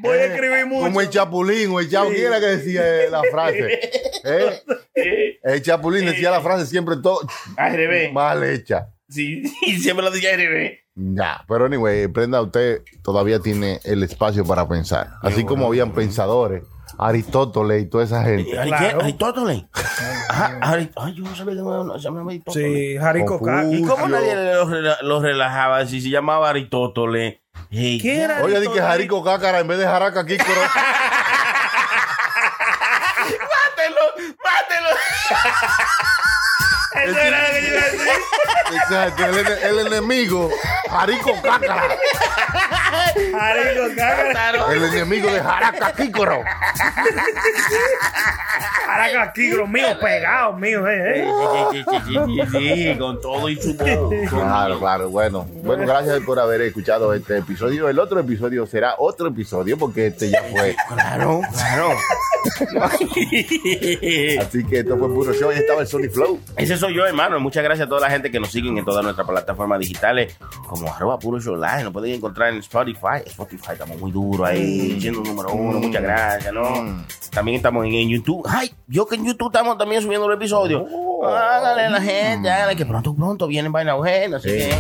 S3: Voy
S5: eh,
S3: a escribir mucho.
S4: Como el Chapulín o el Chavo, ¿quién era que decía eh, la frase? ¿Eh? El Chapulín decía la frase siempre todo
S5: Al revés.
S4: mal hecha.
S5: Sí, sí, siempre lo dije al revés.
S4: Ya, pero anyway, prenda, usted todavía tiene el espacio para pensar. Así como habían pensadores, Aristóteles y toda esa gente.
S5: ¿Ari
S3: Claro.
S5: qué? ¿Aristóteles? Ajá, Ari- Ay, yo no sabía que no- no se llamaba Aristóteles.
S3: Sí, Jarico K.
S4: Confucio.
S5: ¿Y cómo nadie los rela- los relajaba si se llamaba Aristóteles? Hey,
S3: ¿Qué era?
S4: Oye, di que Jarico Cácara en vez de Jaraca aquí.
S5: ¡Mátelo! ¡Mátelo!
S3: Eso era lo que yo iba a decir.
S4: Exacto, el, ene- el enemigo, Jarico Cácara,
S3: Jarico K.
S4: el enemigo de Jaraca Kícoro.
S3: Jaraca Kigro mío, pegado mío, eh, eh.
S5: Sí, sí, sí, sí, sí, sí, con todo y su
S4: Claro, claro, bueno. Bueno, gracias por haber escuchado este episodio. El otro episodio será otro episodio porque este ya fue.
S5: Claro, claro.
S4: Así que esto fue puro show y estaba el Sony Flow.
S5: Ese soy yo, hermano. Muchas gracias a toda la gente que nos siguen en todas nuestras plataformas digitales, como arroba puro show live. Nos pueden encontrar en Spotify. Spotify estamos muy duro ahí, siendo número uno. Muchas gracias, ¿no? También estamos en, en YouTube. Ay, yo que en YouTube estamos también subiendo los episodios. Hágale a la gente, hágale que pronto, pronto vienen vainas buenas. Así que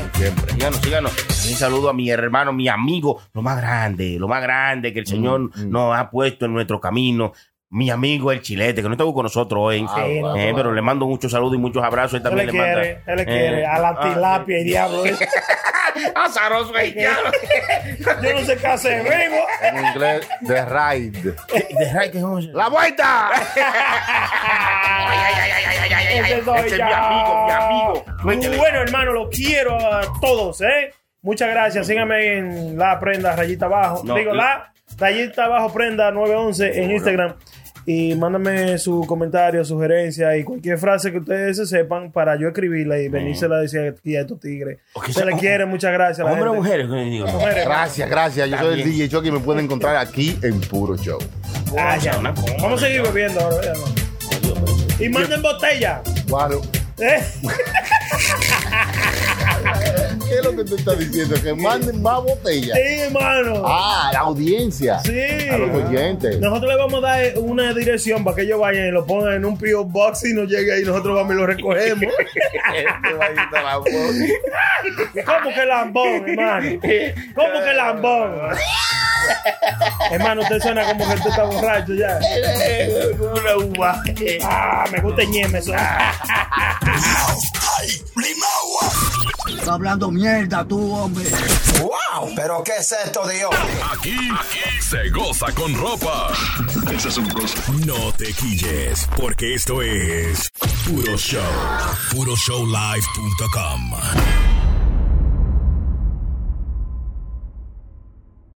S5: síganos, síganos. También saludo a mi hermano, mi amigo, lo más grande, lo más grande que el Señor nos ha puesto en nuestro camino. Mi amigo el Chilete, que no estuvo con nosotros hoy.
S4: Ah,
S5: Eh,
S3: no,
S5: pero le mando muchos saludos y muchos abrazos. Él
S3: Él le
S5: también le,
S3: quiere,
S5: manda.
S3: él le
S5: eh,
S3: quiere. A la
S5: ah,
S3: tilapia y diablo. eh.
S5: Azaroso el diablo.
S3: Yo no sé qué hacer, vivo.
S4: En inglés, The Ride.
S5: Deja que-
S4: ¡La vuelta!
S3: Ese soy
S5: Ese es
S3: yo.
S5: mi amigo, mi amigo. Cuéntele.
S3: Bueno, hermano, lo quiero a todos, ¿eh? Muchas gracias. Síganme en la prenda rayita abajo.
S5: No,
S3: Digo,
S5: no.
S3: la rayita abajo prenda 911 en Instagram. Y mándame su comentario, sugerencia y cualquier frase que ustedes se sepan para yo escribirla y venírsela a decir aquí a estos tigres.
S5: O que
S3: Se
S5: sea
S3: le
S5: hom-
S3: quiere, muchas gracias. a la
S5: oh, Hombre o
S3: gente.
S5: mujeres, ¿qué digo?
S3: Mujeres.
S4: Gracias, gracias. Yo soy el
S5: También.
S4: DJ Chucky y me pueden encontrar aquí en Puro Show.
S3: Ah, ya.
S5: Una cosa.
S3: Vamos a seguir bebiendo ahora. ¿verdad, hermano?
S5: Adiós, pues.
S3: Y manden botella.
S4: Guaro.
S3: ¿Eh?
S4: ¿Qué es lo que tú estás diciendo? Que manden más botellas.
S3: Sí, hermano.
S4: Ah, la audiencia.
S3: Sí.
S4: A los oyentes.
S3: Nosotros le vamos a dar una dirección para que ellos vayan y lo pongan en un P.O. Box y nos llegue ahí. Nosotros vamos y lo recogemos. ¿Cómo que lambón, hermano? ¿Cómo que lambón? hermano, usted suena como que tú estás borracho ya.
S10: Una uva. Ah.
S3: Ah, me gusta ñeme eso.
S11: Está hablando mierda tú, hombre.
S12: ¡Wow! ¿Pero qué es esto, Dios?
S1: Aquí, aquí se goza con ropa. Ese es un No te quilles, porque esto es Puro Show. PuroShowLive.com.